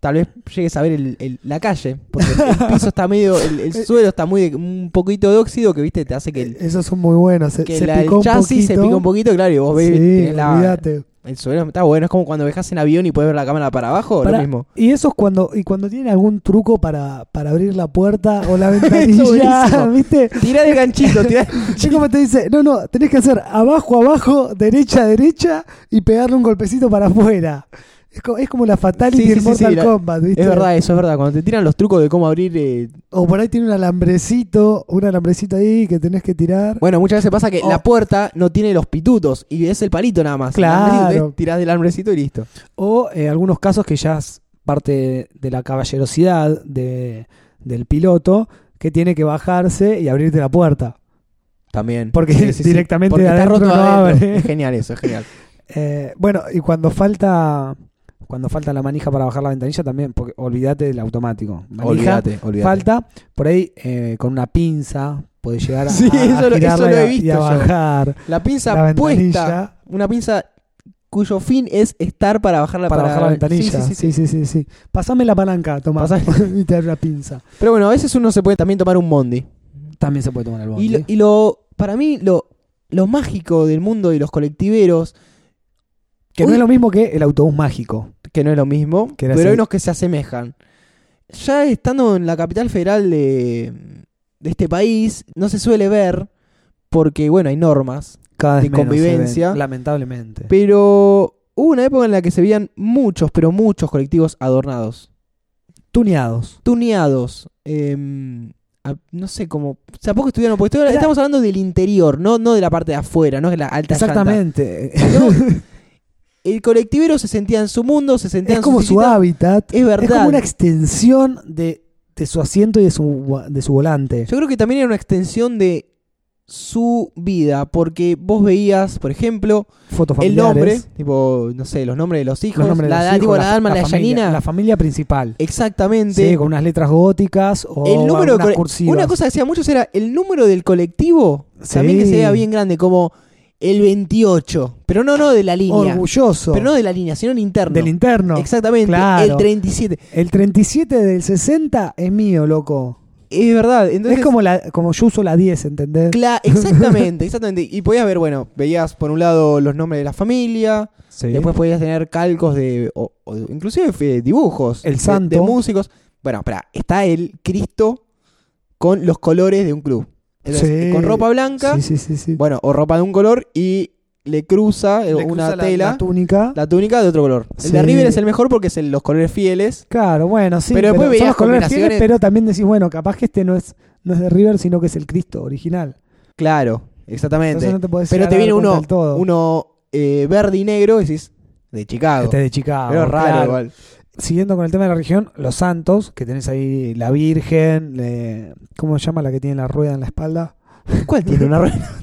Speaker 2: tal vez llegues a ver el- el- la calle, porque el, el piso está medio, el, el
Speaker 1: Eh,
Speaker 2: suelo está muy de- un poquito de óxido que viste te hace que el,
Speaker 1: Esos son muy buenos. Se,
Speaker 2: que
Speaker 1: eh, se
Speaker 2: la- el
Speaker 1: picó un
Speaker 2: chasis
Speaker 1: poquito.
Speaker 2: se pica un poquito, claro, y vos ves
Speaker 1: Sí,
Speaker 2: tenés la,
Speaker 1: olvídate.
Speaker 2: El suelo está bueno, es como cuando viajas en avión y puedes ver la cámara para abajo,
Speaker 1: Pará,
Speaker 2: lo mismo.
Speaker 1: Y eso es cuando, y cuando tienen algún truco para, para abrir la puerta o la
Speaker 2: Eso
Speaker 1: ventanilla,
Speaker 2: buenísimo.
Speaker 1: ¿viste?
Speaker 2: Tira el ganchito, tira.
Speaker 1: Es como te dice, no, no, tenés que hacer abajo, abajo, derecha, derecha y pegarle un golpecito para afuera. Es como, es como la Fatality
Speaker 2: Sí, sí,
Speaker 1: en
Speaker 2: sí,
Speaker 1: Mortal
Speaker 2: sí, la-
Speaker 1: Kombat, ¿viste?
Speaker 2: Es verdad, eso es verdad. Cuando te tiran los trucos de cómo abrir. eh,
Speaker 1: O por ahí tiene un alambrecito, un alambrecito ahí que tenés que tirar.
Speaker 2: Bueno, muchas veces pasa que
Speaker 1: Oh.
Speaker 2: la puerta no tiene los pitutos y es el palito nada más. El
Speaker 1: Claro.
Speaker 2: alambrecito, entonces Tirás del alambrecito y listo.
Speaker 1: O eh, algunos casos que ya es parte de la caballerosidad de- del piloto que tiene que bajarse y abrirte la puerta.
Speaker 2: También.
Speaker 1: Porque directamente
Speaker 2: Porque
Speaker 1: de
Speaker 2: está
Speaker 1: adentro
Speaker 2: roto
Speaker 1: no
Speaker 2: adentro.
Speaker 1: abre.
Speaker 2: Es genial eso, es genial.
Speaker 1: Eh, bueno, y cuando falta cuando falta la manija para bajar la ventanilla también, porque olvídate del automático. Manija,
Speaker 2: Olvídate, olvídate.
Speaker 1: falta, por ahí eh, con una pinza podés llegar a,
Speaker 2: Sí,
Speaker 1: a- a
Speaker 2: eso lo-
Speaker 1: girarla
Speaker 2: eso lo
Speaker 1: y
Speaker 2: he
Speaker 1: a-
Speaker 2: visto
Speaker 1: y a
Speaker 2: yo.
Speaker 1: bajar
Speaker 2: La
Speaker 1: la
Speaker 2: pinza puesta.
Speaker 1: ventanilla
Speaker 2: Una pinza cuyo fin es estar para bajar la
Speaker 1: para, bajar la ventanilla.
Speaker 2: Sí, sí, sí, sí.
Speaker 1: sí, sí. Pasame la palanca, toma. y te abre la pinza.
Speaker 2: Pero bueno, a veces uno se puede también tomar un bondi.
Speaker 1: También se puede tomar el bondi.
Speaker 2: Y lo, y lo- para mí, lo, lo mágico del mundo de los colectiveros,
Speaker 1: que no
Speaker 2: Uy.
Speaker 1: es lo mismo que el autobús mágico.
Speaker 2: que no es lo mismo,
Speaker 1: Que
Speaker 2: pero
Speaker 1: era
Speaker 2: hay
Speaker 1: ese-
Speaker 2: unos que se asemejan. Ya estando en la capital federal de, de este país, no se suele ver, porque bueno, hay normas,
Speaker 1: Cada vez
Speaker 2: De
Speaker 1: menos se ven,
Speaker 2: convivencia.
Speaker 1: lamentablemente.
Speaker 2: pero hubo una época en la que se veían muchos, pero muchos colectivos adornados,
Speaker 1: Tuneados.
Speaker 2: tuneados. em, a- no sé cómo. O sea, poco estudiaron, porque estoy-
Speaker 1: Era-
Speaker 2: estamos hablando del interior, no, no de la parte de afuera, no es la alta llanta.
Speaker 1: Exactamente.
Speaker 2: ¿no? El colectivero se sentía en su mundo, se sentía
Speaker 1: es
Speaker 2: en
Speaker 1: como
Speaker 2: su
Speaker 1: su
Speaker 2: sillita.
Speaker 1: hábitat.
Speaker 2: Es verdad.
Speaker 1: Es como una extensión de, de su asiento y de su, gua- de su volante.
Speaker 2: Yo creo que también era una extensión de su vida, porque vos veías, por ejemplo,
Speaker 1: Fotos
Speaker 2: el
Speaker 1: familiares.
Speaker 2: nombre, tipo, no sé, los nombres de los hijos,
Speaker 1: los nombres
Speaker 2: la,
Speaker 1: de los
Speaker 2: la-
Speaker 1: hijos,
Speaker 2: tipo, la Dalma, la,
Speaker 1: familia,
Speaker 2: Yanina.
Speaker 1: La familia principal.
Speaker 2: Exactamente.
Speaker 1: Sí, con unas letras góticas o
Speaker 2: el número de
Speaker 1: algunas
Speaker 2: cole-
Speaker 1: cursivas.
Speaker 2: una cosa que hacían muchos era el número del colectivo, también que
Speaker 1: Sí.
Speaker 2: se veía bien grande, como el 28, pero no, no de la línea.
Speaker 1: Orgulloso.
Speaker 2: Pero no de la línea, sino el interno.
Speaker 1: Del interno.
Speaker 2: Exactamente, el
Speaker 1: Claro.
Speaker 2: 37.
Speaker 1: El 37 del 60 es mío, loco.
Speaker 2: Es verdad, entonces
Speaker 1: es como, la, como yo uso la 10, ¿entendés?
Speaker 2: Cla- exactamente, exactamente. Y podías ver, bueno, veías por un lado los nombres de la familia,
Speaker 1: Sí.
Speaker 2: después podías tener calcos de, o, o inclusive eh, dibujos.
Speaker 1: El
Speaker 2: de-
Speaker 1: santo.
Speaker 2: De, músicos. Bueno, espera, está el Cristo con los colores de un club. Entonces,
Speaker 1: Sí.
Speaker 2: Con ropa blanca,
Speaker 1: Sí, sí, sí, sí.
Speaker 2: bueno, o ropa de un color y le cruza eh,
Speaker 1: Le
Speaker 2: una
Speaker 1: cruza la-
Speaker 2: tela,
Speaker 1: La,
Speaker 2: la,
Speaker 1: túnica.
Speaker 2: túnica de otro color. El
Speaker 1: Sí.
Speaker 2: de River es el mejor porque es el- los colores fieles.
Speaker 1: Claro, bueno, sí.
Speaker 2: Pero después
Speaker 1: son
Speaker 2: veías
Speaker 1: los colores
Speaker 2: combinaciones-
Speaker 1: fieles, pero también decís, bueno, capaz que este no es, no es de River, sino que es el Cristo original.
Speaker 2: Claro, exactamente.
Speaker 1: Entonces no te podés
Speaker 2: Pero
Speaker 1: llegar
Speaker 2: te
Speaker 1: a dar
Speaker 2: viene
Speaker 1: cuenta
Speaker 2: uno,
Speaker 1: del todo.
Speaker 2: uno eh, verde y negro y decís, de Chicago.
Speaker 1: Este es de Chicago.
Speaker 2: Pero es raro
Speaker 1: claro.
Speaker 2: igual.
Speaker 1: Siguiendo con el tema de la religión, los santos, que tenés ahí la Virgen, eh, ¿cómo se llama la que tiene la rueda en la espalda?
Speaker 2: ¿Cuál tiene una rueda?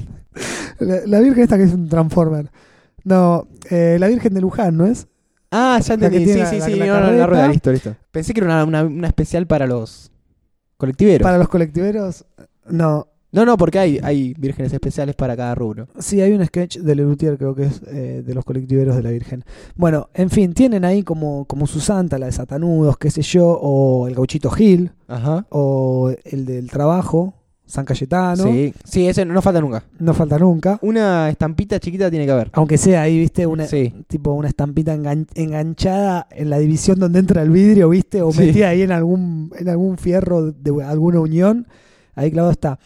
Speaker 1: La, la Virgen esta que es un Transformer. No, eh, la Virgen de Luján, ¿no es?
Speaker 2: Ah, ya
Speaker 1: La que
Speaker 2: entendí. Sí,
Speaker 1: tiene
Speaker 2: sí,
Speaker 1: la-
Speaker 2: sí.
Speaker 1: la
Speaker 2: no, no,
Speaker 1: carreta.
Speaker 2: la rueda, listo, listo. Pensé que era una, una- una especial para los colectiveros.
Speaker 1: Para los colectiveros, no.
Speaker 2: No, no, porque hay, hay vírgenes especiales para cada rubro.
Speaker 1: Sí, hay un sketch de Lelutier, creo que es eh, de los colectiveros de la Virgen. Bueno, en fin, tienen ahí como, como su santa, la de Satanudos, qué sé yo, o el Gauchito Gil,
Speaker 2: Ajá.
Speaker 1: o el del trabajo, San Cayetano,
Speaker 2: Sí, Ah, sí, ese no, no falta nunca.
Speaker 1: no falta nunca.
Speaker 2: Una estampita chiquita tiene que haber.
Speaker 1: Aunque sea ahí, viste, una,
Speaker 2: Sí.
Speaker 1: tipo una estampita engan- enganchada en la división donde entra el vidrio, ¿viste? O
Speaker 2: Sí.
Speaker 1: metida ahí en algún, en algún fierro de alguna unión. Ahí clavado está.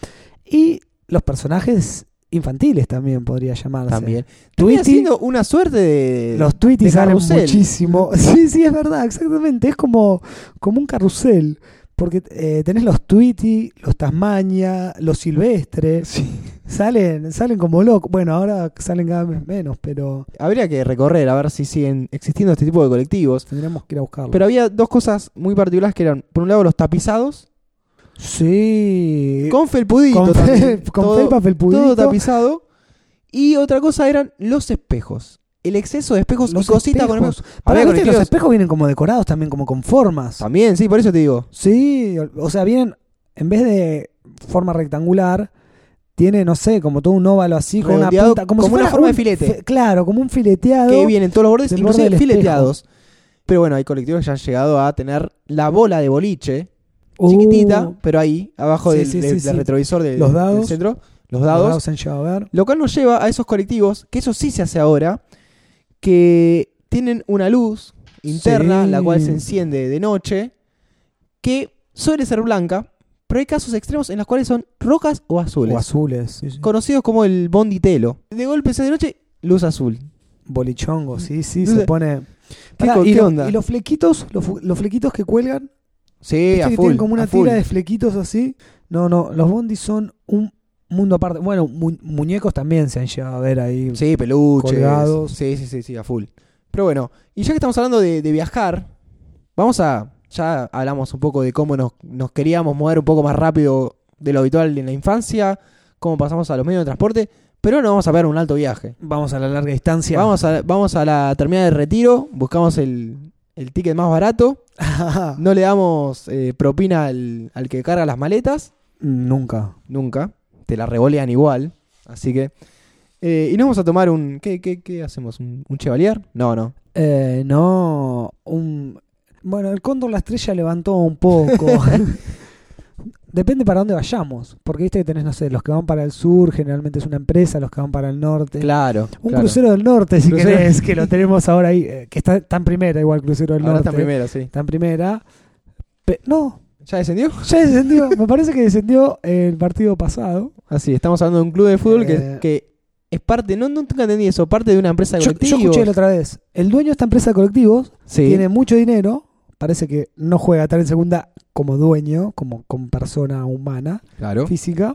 Speaker 1: Y los personajes infantiles también podría llamarse.
Speaker 2: También. Estoy
Speaker 1: Tweety,
Speaker 2: haciendo una suerte de.
Speaker 1: los Tweety
Speaker 2: de
Speaker 1: salen
Speaker 2: carrusel.
Speaker 1: muchísimo. Sí, sí, es verdad, exactamente. Es como, como un carrusel. Porque eh, tenés los Tweety, los Tasmania, los Silvestres. Salen, salen como locos. Bueno, ahora salen cada vez menos, pero
Speaker 2: Habría que recorrer a ver si siguen existiendo este tipo de colectivos.
Speaker 1: tendríamos que ir a buscarlos.
Speaker 2: Pero había dos cosas muy particulares que eran, por un lado, los tapizados.
Speaker 1: Sí.
Speaker 2: Con felpudito
Speaker 1: Eh, Con,
Speaker 2: también.
Speaker 1: fel- con
Speaker 2: todo,
Speaker 1: felpa felpudito.
Speaker 2: todo tapizado. Y otra cosa eran los espejos. El exceso de espejos
Speaker 1: Los
Speaker 2: y cositas con
Speaker 1: espejos.
Speaker 2: espejos.
Speaker 1: Pará,
Speaker 2: Había
Speaker 1: ¿viste que los
Speaker 2: colectivos-
Speaker 1: espejos vienen como decorados también, como con formas.
Speaker 2: También, sí, por eso te digo.
Speaker 1: Sí, o- o sea, vienen, en vez de forma rectangular, tiene, no sé, como todo un óvalo así, con una
Speaker 2: Redondeado,
Speaker 1: punta. Como, si
Speaker 2: como una
Speaker 1: fuera
Speaker 2: forma de
Speaker 1: un
Speaker 2: filete.
Speaker 1: fe- claro, como un fileteado.
Speaker 2: Que vienen todos los bordes,
Speaker 1: del
Speaker 2: inclusive
Speaker 1: borde del
Speaker 2: fileteados. Pero bueno, hay colectivos que ya han llegado a tener la bola de boliche,
Speaker 1: Uh,
Speaker 2: chiquitita, pero ahí, abajo
Speaker 1: Sí,
Speaker 2: del,
Speaker 1: sí,
Speaker 2: del-
Speaker 1: sí,
Speaker 2: del
Speaker 1: sí.
Speaker 2: retrovisor del,
Speaker 1: Los
Speaker 2: del
Speaker 1: dados.
Speaker 2: centro, los
Speaker 1: los
Speaker 2: dados.
Speaker 1: dados han llegado a ver.
Speaker 2: Lo cual nos lleva a esos colectivos, que eso sí se hace ahora, que tienen una luz interna,
Speaker 1: Sí.
Speaker 2: la cual se enciende de noche, que suele ser blanca, pero hay casos extremos en los cuales son rojas o azules,
Speaker 1: O azules. sí, sí.
Speaker 2: conocidos como el bonditelo. De golpe se hace de noche, luz azul.
Speaker 1: Bolichongo, sí, sí,
Speaker 2: No
Speaker 1: se
Speaker 2: sé.
Speaker 1: pone.
Speaker 2: ¿Qué
Speaker 1: Pará,
Speaker 2: co-
Speaker 1: y,
Speaker 2: qué
Speaker 1: lo-
Speaker 2: onda?
Speaker 1: y los flequitos, los, fu- los flequitos que cuelgan,
Speaker 2: Sí,
Speaker 1: ¿viste
Speaker 2: a
Speaker 1: que
Speaker 2: full,
Speaker 1: tienen como
Speaker 2: a
Speaker 1: una
Speaker 2: full.
Speaker 1: tira de flequitos así. No, no, los bondis son un mundo aparte. Bueno, mu- muñecos también se han llevado a ver ahí.
Speaker 2: Sí, peluches.
Speaker 1: Colgados.
Speaker 2: Sí, sí, sí, sí, a full. Pero bueno, y ya que estamos hablando de, de viajar, vamos a. Ya hablamos un poco de cómo nos, nos queríamos mover un poco más rápido de lo habitual en la infancia, cómo pasamos a los medios de transporte, pero no vamos a ver un alto viaje.
Speaker 1: Vamos a la larga distancia.
Speaker 2: Vamos, a, vamos a la terminal de retiro, buscamos el, el ticket más barato, no le damos eh, propina al, al que carga las maletas,
Speaker 1: Nunca.
Speaker 2: nunca, te la revolean igual, así que. eh, y nos vamos a tomar un. ¿Qué, qué, qué hacemos? ¿Un, un chevalier? No, no.
Speaker 1: Eh, no, un... Bueno, el cóndor la estrella levantó un poco. Depende para dónde vayamos. Porque viste que tenés, no sé, los que van para el sur generalmente es una empresa, los que van para el norte.
Speaker 2: Claro.
Speaker 1: Un
Speaker 2: claro.
Speaker 1: crucero del norte, si
Speaker 2: Crucero-
Speaker 1: querés, que lo tenemos ahora ahí. eh, que está, está en primera igual, crucero del
Speaker 2: Ahora
Speaker 1: norte.
Speaker 2: está en primera, sí.
Speaker 1: Está en primera. Pe- no,
Speaker 2: ¿Ya descendió?
Speaker 1: ya descendió. me parece que descendió el partido pasado.
Speaker 2: Así, estamos hablando de un club de fútbol
Speaker 1: Eh.
Speaker 2: que, que es parte, no, no nunca entendí eso, parte de una empresa de
Speaker 1: Yo, yo
Speaker 2: colectivos.
Speaker 1: escuché la otra vez. El dueño de esta empresa de colectivos
Speaker 2: Sí.
Speaker 1: tiene mucho dinero, parece que no juega tal en segunda como dueño, como con persona humana,
Speaker 2: Claro.
Speaker 1: física.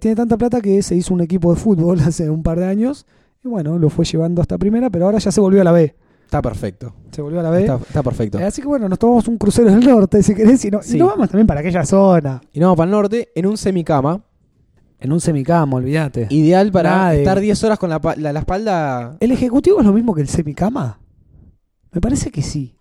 Speaker 1: Tiene tanta plata que se hizo un equipo de fútbol hace un par de años y bueno, lo fue llevando hasta primera, pero ahora ya se volvió a la B.
Speaker 2: Está perfecto.
Speaker 1: Se volvió a la B.
Speaker 2: Está, está perfecto.
Speaker 1: Eh, Así que bueno, nos tomamos un crucero del norte, si querés, y, no, y
Speaker 2: Sí.
Speaker 1: nos vamos también para aquella zona.
Speaker 2: Y nos vamos para el norte en un semicama.
Speaker 1: En un semicama, olvídate.
Speaker 2: Ideal para
Speaker 1: Nada de-
Speaker 2: estar 10 horas con la, pa- la- la espalda.
Speaker 1: ¿El ejecutivo es lo mismo que el semicama? Me parece que sí.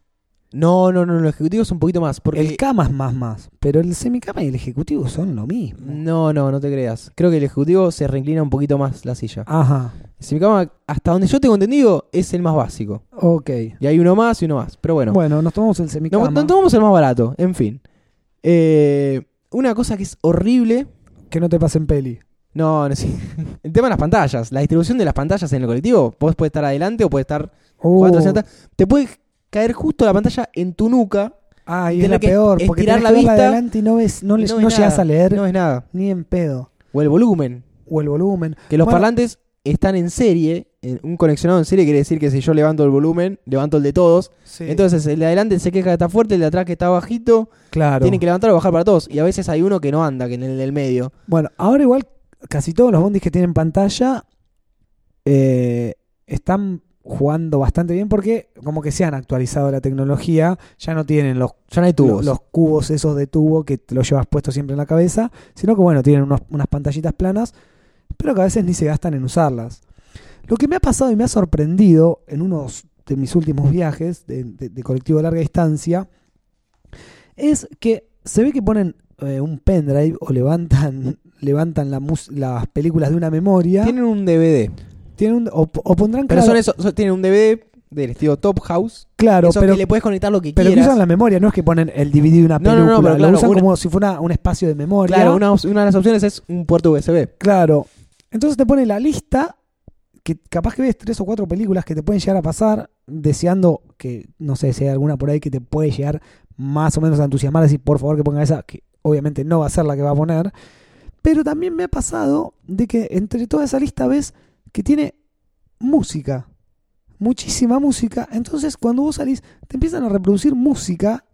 Speaker 2: No, no, no, los ejecutivos un poquito más. Porque
Speaker 1: El cama es más más, pero el semicama y el ejecutivo son lo mismo.
Speaker 2: No, no, no te creas. Creo que el ejecutivo se reinclina un poquito más la silla.
Speaker 1: Ajá,
Speaker 2: El semicama, hasta donde yo tengo entendido, es el más básico.
Speaker 1: ok.
Speaker 2: Y hay uno más y uno más. Pero bueno.
Speaker 1: Bueno, nos tomamos el
Speaker 2: No,
Speaker 1: semicama.
Speaker 2: no tomamos el más barato, en fin. Eh, una cosa que es horrible.
Speaker 1: Que no te pasen peli.
Speaker 2: No, no sí. El tema de las pantallas. La distribución de las pantallas en el colectivo. Vos puedes estar adelante o puedes estar
Speaker 1: Uh,
Speaker 2: cuatro hacia atrás. Te puede caer justo la pantalla en tu nuca.
Speaker 1: ah, y es
Speaker 2: Tenés
Speaker 1: la
Speaker 2: que
Speaker 1: peor, porque
Speaker 2: estirar
Speaker 1: tenés
Speaker 2: la
Speaker 1: que verla
Speaker 2: vista
Speaker 1: adelante y no ves, no,
Speaker 2: y
Speaker 1: les-
Speaker 2: no
Speaker 1: no,
Speaker 2: ves nada.
Speaker 1: llegas a leer
Speaker 2: No es nada.
Speaker 1: ni en pedo.
Speaker 2: O el volumen.
Speaker 1: O el volumen.
Speaker 2: Que los
Speaker 1: Bueno.
Speaker 2: parlantes están en serie. en- un conexionado en serie quiere decir que si yo levanto el volumen, levanto el de todos. Entonces el de adelante se queja que está fuerte, el de atrás que está bajito.
Speaker 1: claro.
Speaker 2: Tienen que levantar o bajar para todos. Y a veces hay uno que no anda, que en el del medio.
Speaker 1: Bueno, ahora igual casi todos los bondis que tienen pantalla eh, están jugando bastante bien porque como que se han actualizado la tecnología, ya no tienen los,
Speaker 2: Ya no hay
Speaker 1: lo-
Speaker 2: tubos.
Speaker 1: los cubos esos de tubo que te los llevas puesto siempre en la cabeza, sino que bueno, tienen unos- unas pantallitas planas, pero que a veces ni se gastan en usarlas. Lo que me ha pasado y me ha sorprendido en unos de mis últimos viajes de, de- de colectivo de larga distancia es que se ve que ponen eh, un pendrive o levantan levantan la mus- las películas de una memoria
Speaker 2: Tienen un DVD.
Speaker 1: tienen un- o, o pondrán
Speaker 2: Pero
Speaker 1: claro
Speaker 2: son esos, son- tienen un DVD del estilo Top House.
Speaker 1: claro
Speaker 2: eso
Speaker 1: pero
Speaker 2: que le puedes conectar lo que
Speaker 1: pero que
Speaker 2: quieras.
Speaker 1: usan la memoria, no es que ponen el DVD de una
Speaker 2: No, no,
Speaker 1: película,
Speaker 2: no, pero
Speaker 1: lo
Speaker 2: claro,
Speaker 1: usan
Speaker 2: una-
Speaker 1: como si fuera una- un espacio de memoria.
Speaker 2: Claro, una, op- una de las opciones es un puerto USB.
Speaker 1: Claro. Entonces te pone la lista, que capaz que ves tres o cuatro películas que te pueden llegar a pasar, deseando que, no sé, si hay alguna por ahí que te puede llegar más o menos a entusiasmar, decir, por favor que ponga esa, que obviamente no va a ser la que va a poner. Pero también me ha pasado de que entre toda esa lista ves que tiene música. Muchísima música. Entonces cuando vos salís, te empiezan a reproducir música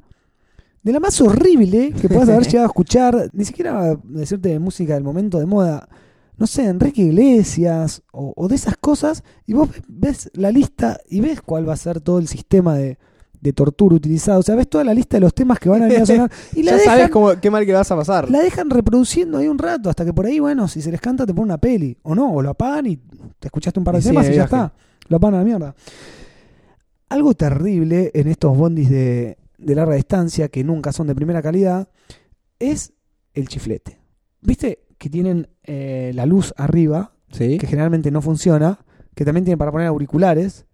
Speaker 1: de la más horrible que puedas haber llegado a escuchar. Ni siquiera decirte música del momento de moda. No sé, Enrique Iglesias o, o de esas cosas. Y vos ves la lista y ves cuál va a ser todo el sistema de, de tortura utilizado. O sea, ves toda la lista de los temas que van a venir a sonar. Y la
Speaker 2: ya
Speaker 1: dejan-
Speaker 2: sabes cómo, qué mal que vas a pasar.
Speaker 1: la dejan reproduciendo ahí un rato, hasta que por ahí, bueno, si se les canta, te ponen una peli. O no, o lo apagan y te escuchaste un par de
Speaker 2: Y sí,
Speaker 1: temas
Speaker 2: de
Speaker 1: y ya
Speaker 2: viaje.
Speaker 1: está. Lo apagan a la mierda. Algo terrible en estos bondis de, de larga distancia, que nunca son de primera calidad, es el chiflete. ¿Viste que tienen eh, la luz arriba,
Speaker 2: Sí.
Speaker 1: que generalmente no funciona, que también tienen para poner auriculares,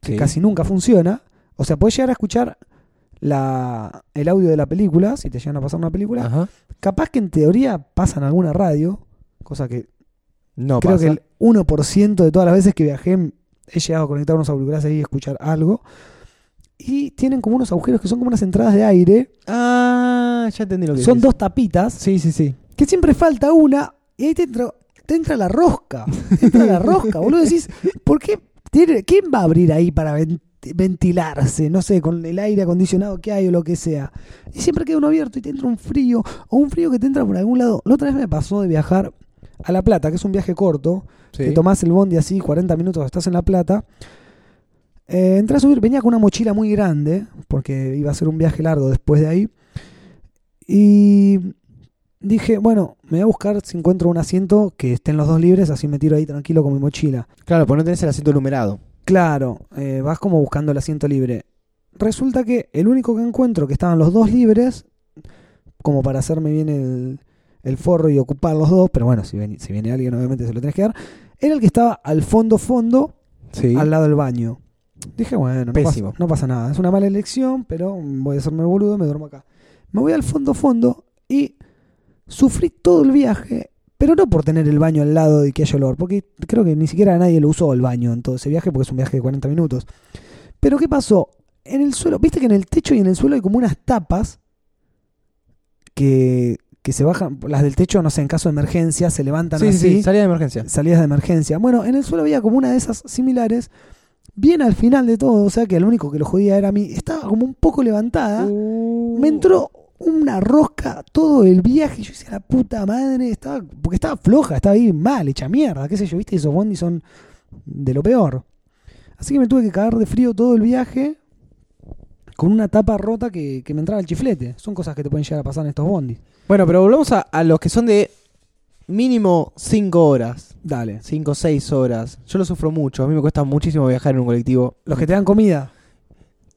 Speaker 1: que
Speaker 2: Sí.
Speaker 1: casi nunca funciona. O sea, podés llegar a escuchar la, el audio de la película, si te llegan a pasar una película,
Speaker 2: Ajá.
Speaker 1: Capaz que en teoría pasan alguna radio, cosa que
Speaker 2: No
Speaker 1: creo
Speaker 2: pasa.
Speaker 1: que el 1% de todas las veces que viajé en he llegado a conectar unos auriculares ahí y escuchar algo. Y tienen como unos agujeros que son como unas entradas de aire.
Speaker 2: Ah, ya entendí lo que
Speaker 1: Son
Speaker 2: decís.
Speaker 1: dos tapitas.
Speaker 2: Sí, sí, sí.
Speaker 1: que siempre falta una y ahí te entra, te entra la rosca. Te entra la rosca, boludo. Decís, ¿por qué? tiene- ¿Quién va a abrir ahí para ven- ventilarse? No sé, con el aire acondicionado que hay o lo que sea. Y siempre queda uno abierto y te entra un frío o un frío que te entra por algún lado. La otra vez me pasó de viajar a La Plata, que es un viaje corto.
Speaker 2: Sí.
Speaker 1: Te tomás el bondi así, 40 minutos, estás en La Plata. Eh, entré a subir, venía con una mochila muy grande, porque iba a ser un viaje largo después de ahí. Y dije, bueno, me voy a buscar si encuentro un asiento que estén los dos libres, así me tiro ahí tranquilo con mi mochila.
Speaker 2: Claro, pues no tenés el asiento numerado.
Speaker 1: Claro, eh, vas como buscando el asiento libre. Resulta que el único que encuentro que estaban los dos libres, como para hacerme bien el, el forro y ocupar los dos, pero bueno, si, ven- si viene alguien obviamente se lo tenés que dar, era el que estaba al fondo fondo,
Speaker 2: Sí.
Speaker 1: al lado del baño. Dije, bueno, no
Speaker 2: Pésimo.
Speaker 1: pasa, no pasa nada. Es una mala elección, pero voy a hacerme el boludo, me duermo acá. Me voy al fondo, fondo y sufrí todo el viaje, pero no por tener el baño al lado y que haya olor, porque creo que ni siquiera nadie lo usó el baño en todo ese viaje, porque es un viaje de 40 minutos. Pero ¿qué pasó? En el suelo, viste que en el techo y en el suelo hay como unas tapas que, que se bajan, las del techo, no sé, en caso de emergencia, se levantan
Speaker 2: sí, sí,
Speaker 1: así
Speaker 2: sí, salida de emergencia.
Speaker 1: salidas de emergencia. Bueno, en el suelo había como una de esas similares, bien al final de todo, o sea que el único que lo jodía era a mí. Estaba como un poco levantada.
Speaker 2: Uh.
Speaker 1: Me entró una rosca todo el viaje. Yo hice la puta madre. Estaba, porque estaba floja, estaba ahí mal, hecha mierda. ¿Qué sé yo? ¿Viste? Esos bondis son de lo peor. Así que me tuve que cagar de frío todo el viaje con una tapa rota que, que me entraba el chiflete. Son cosas que te pueden llegar a pasar en estos bondis.
Speaker 2: Bueno, pero volvamos a, a los que son de mínimo 5 horas,
Speaker 1: Dale.
Speaker 2: 5 o 6 horas. Yo lo sufro mucho, a mí me cuesta muchísimo viajar en un colectivo.
Speaker 1: Los que te dan comida.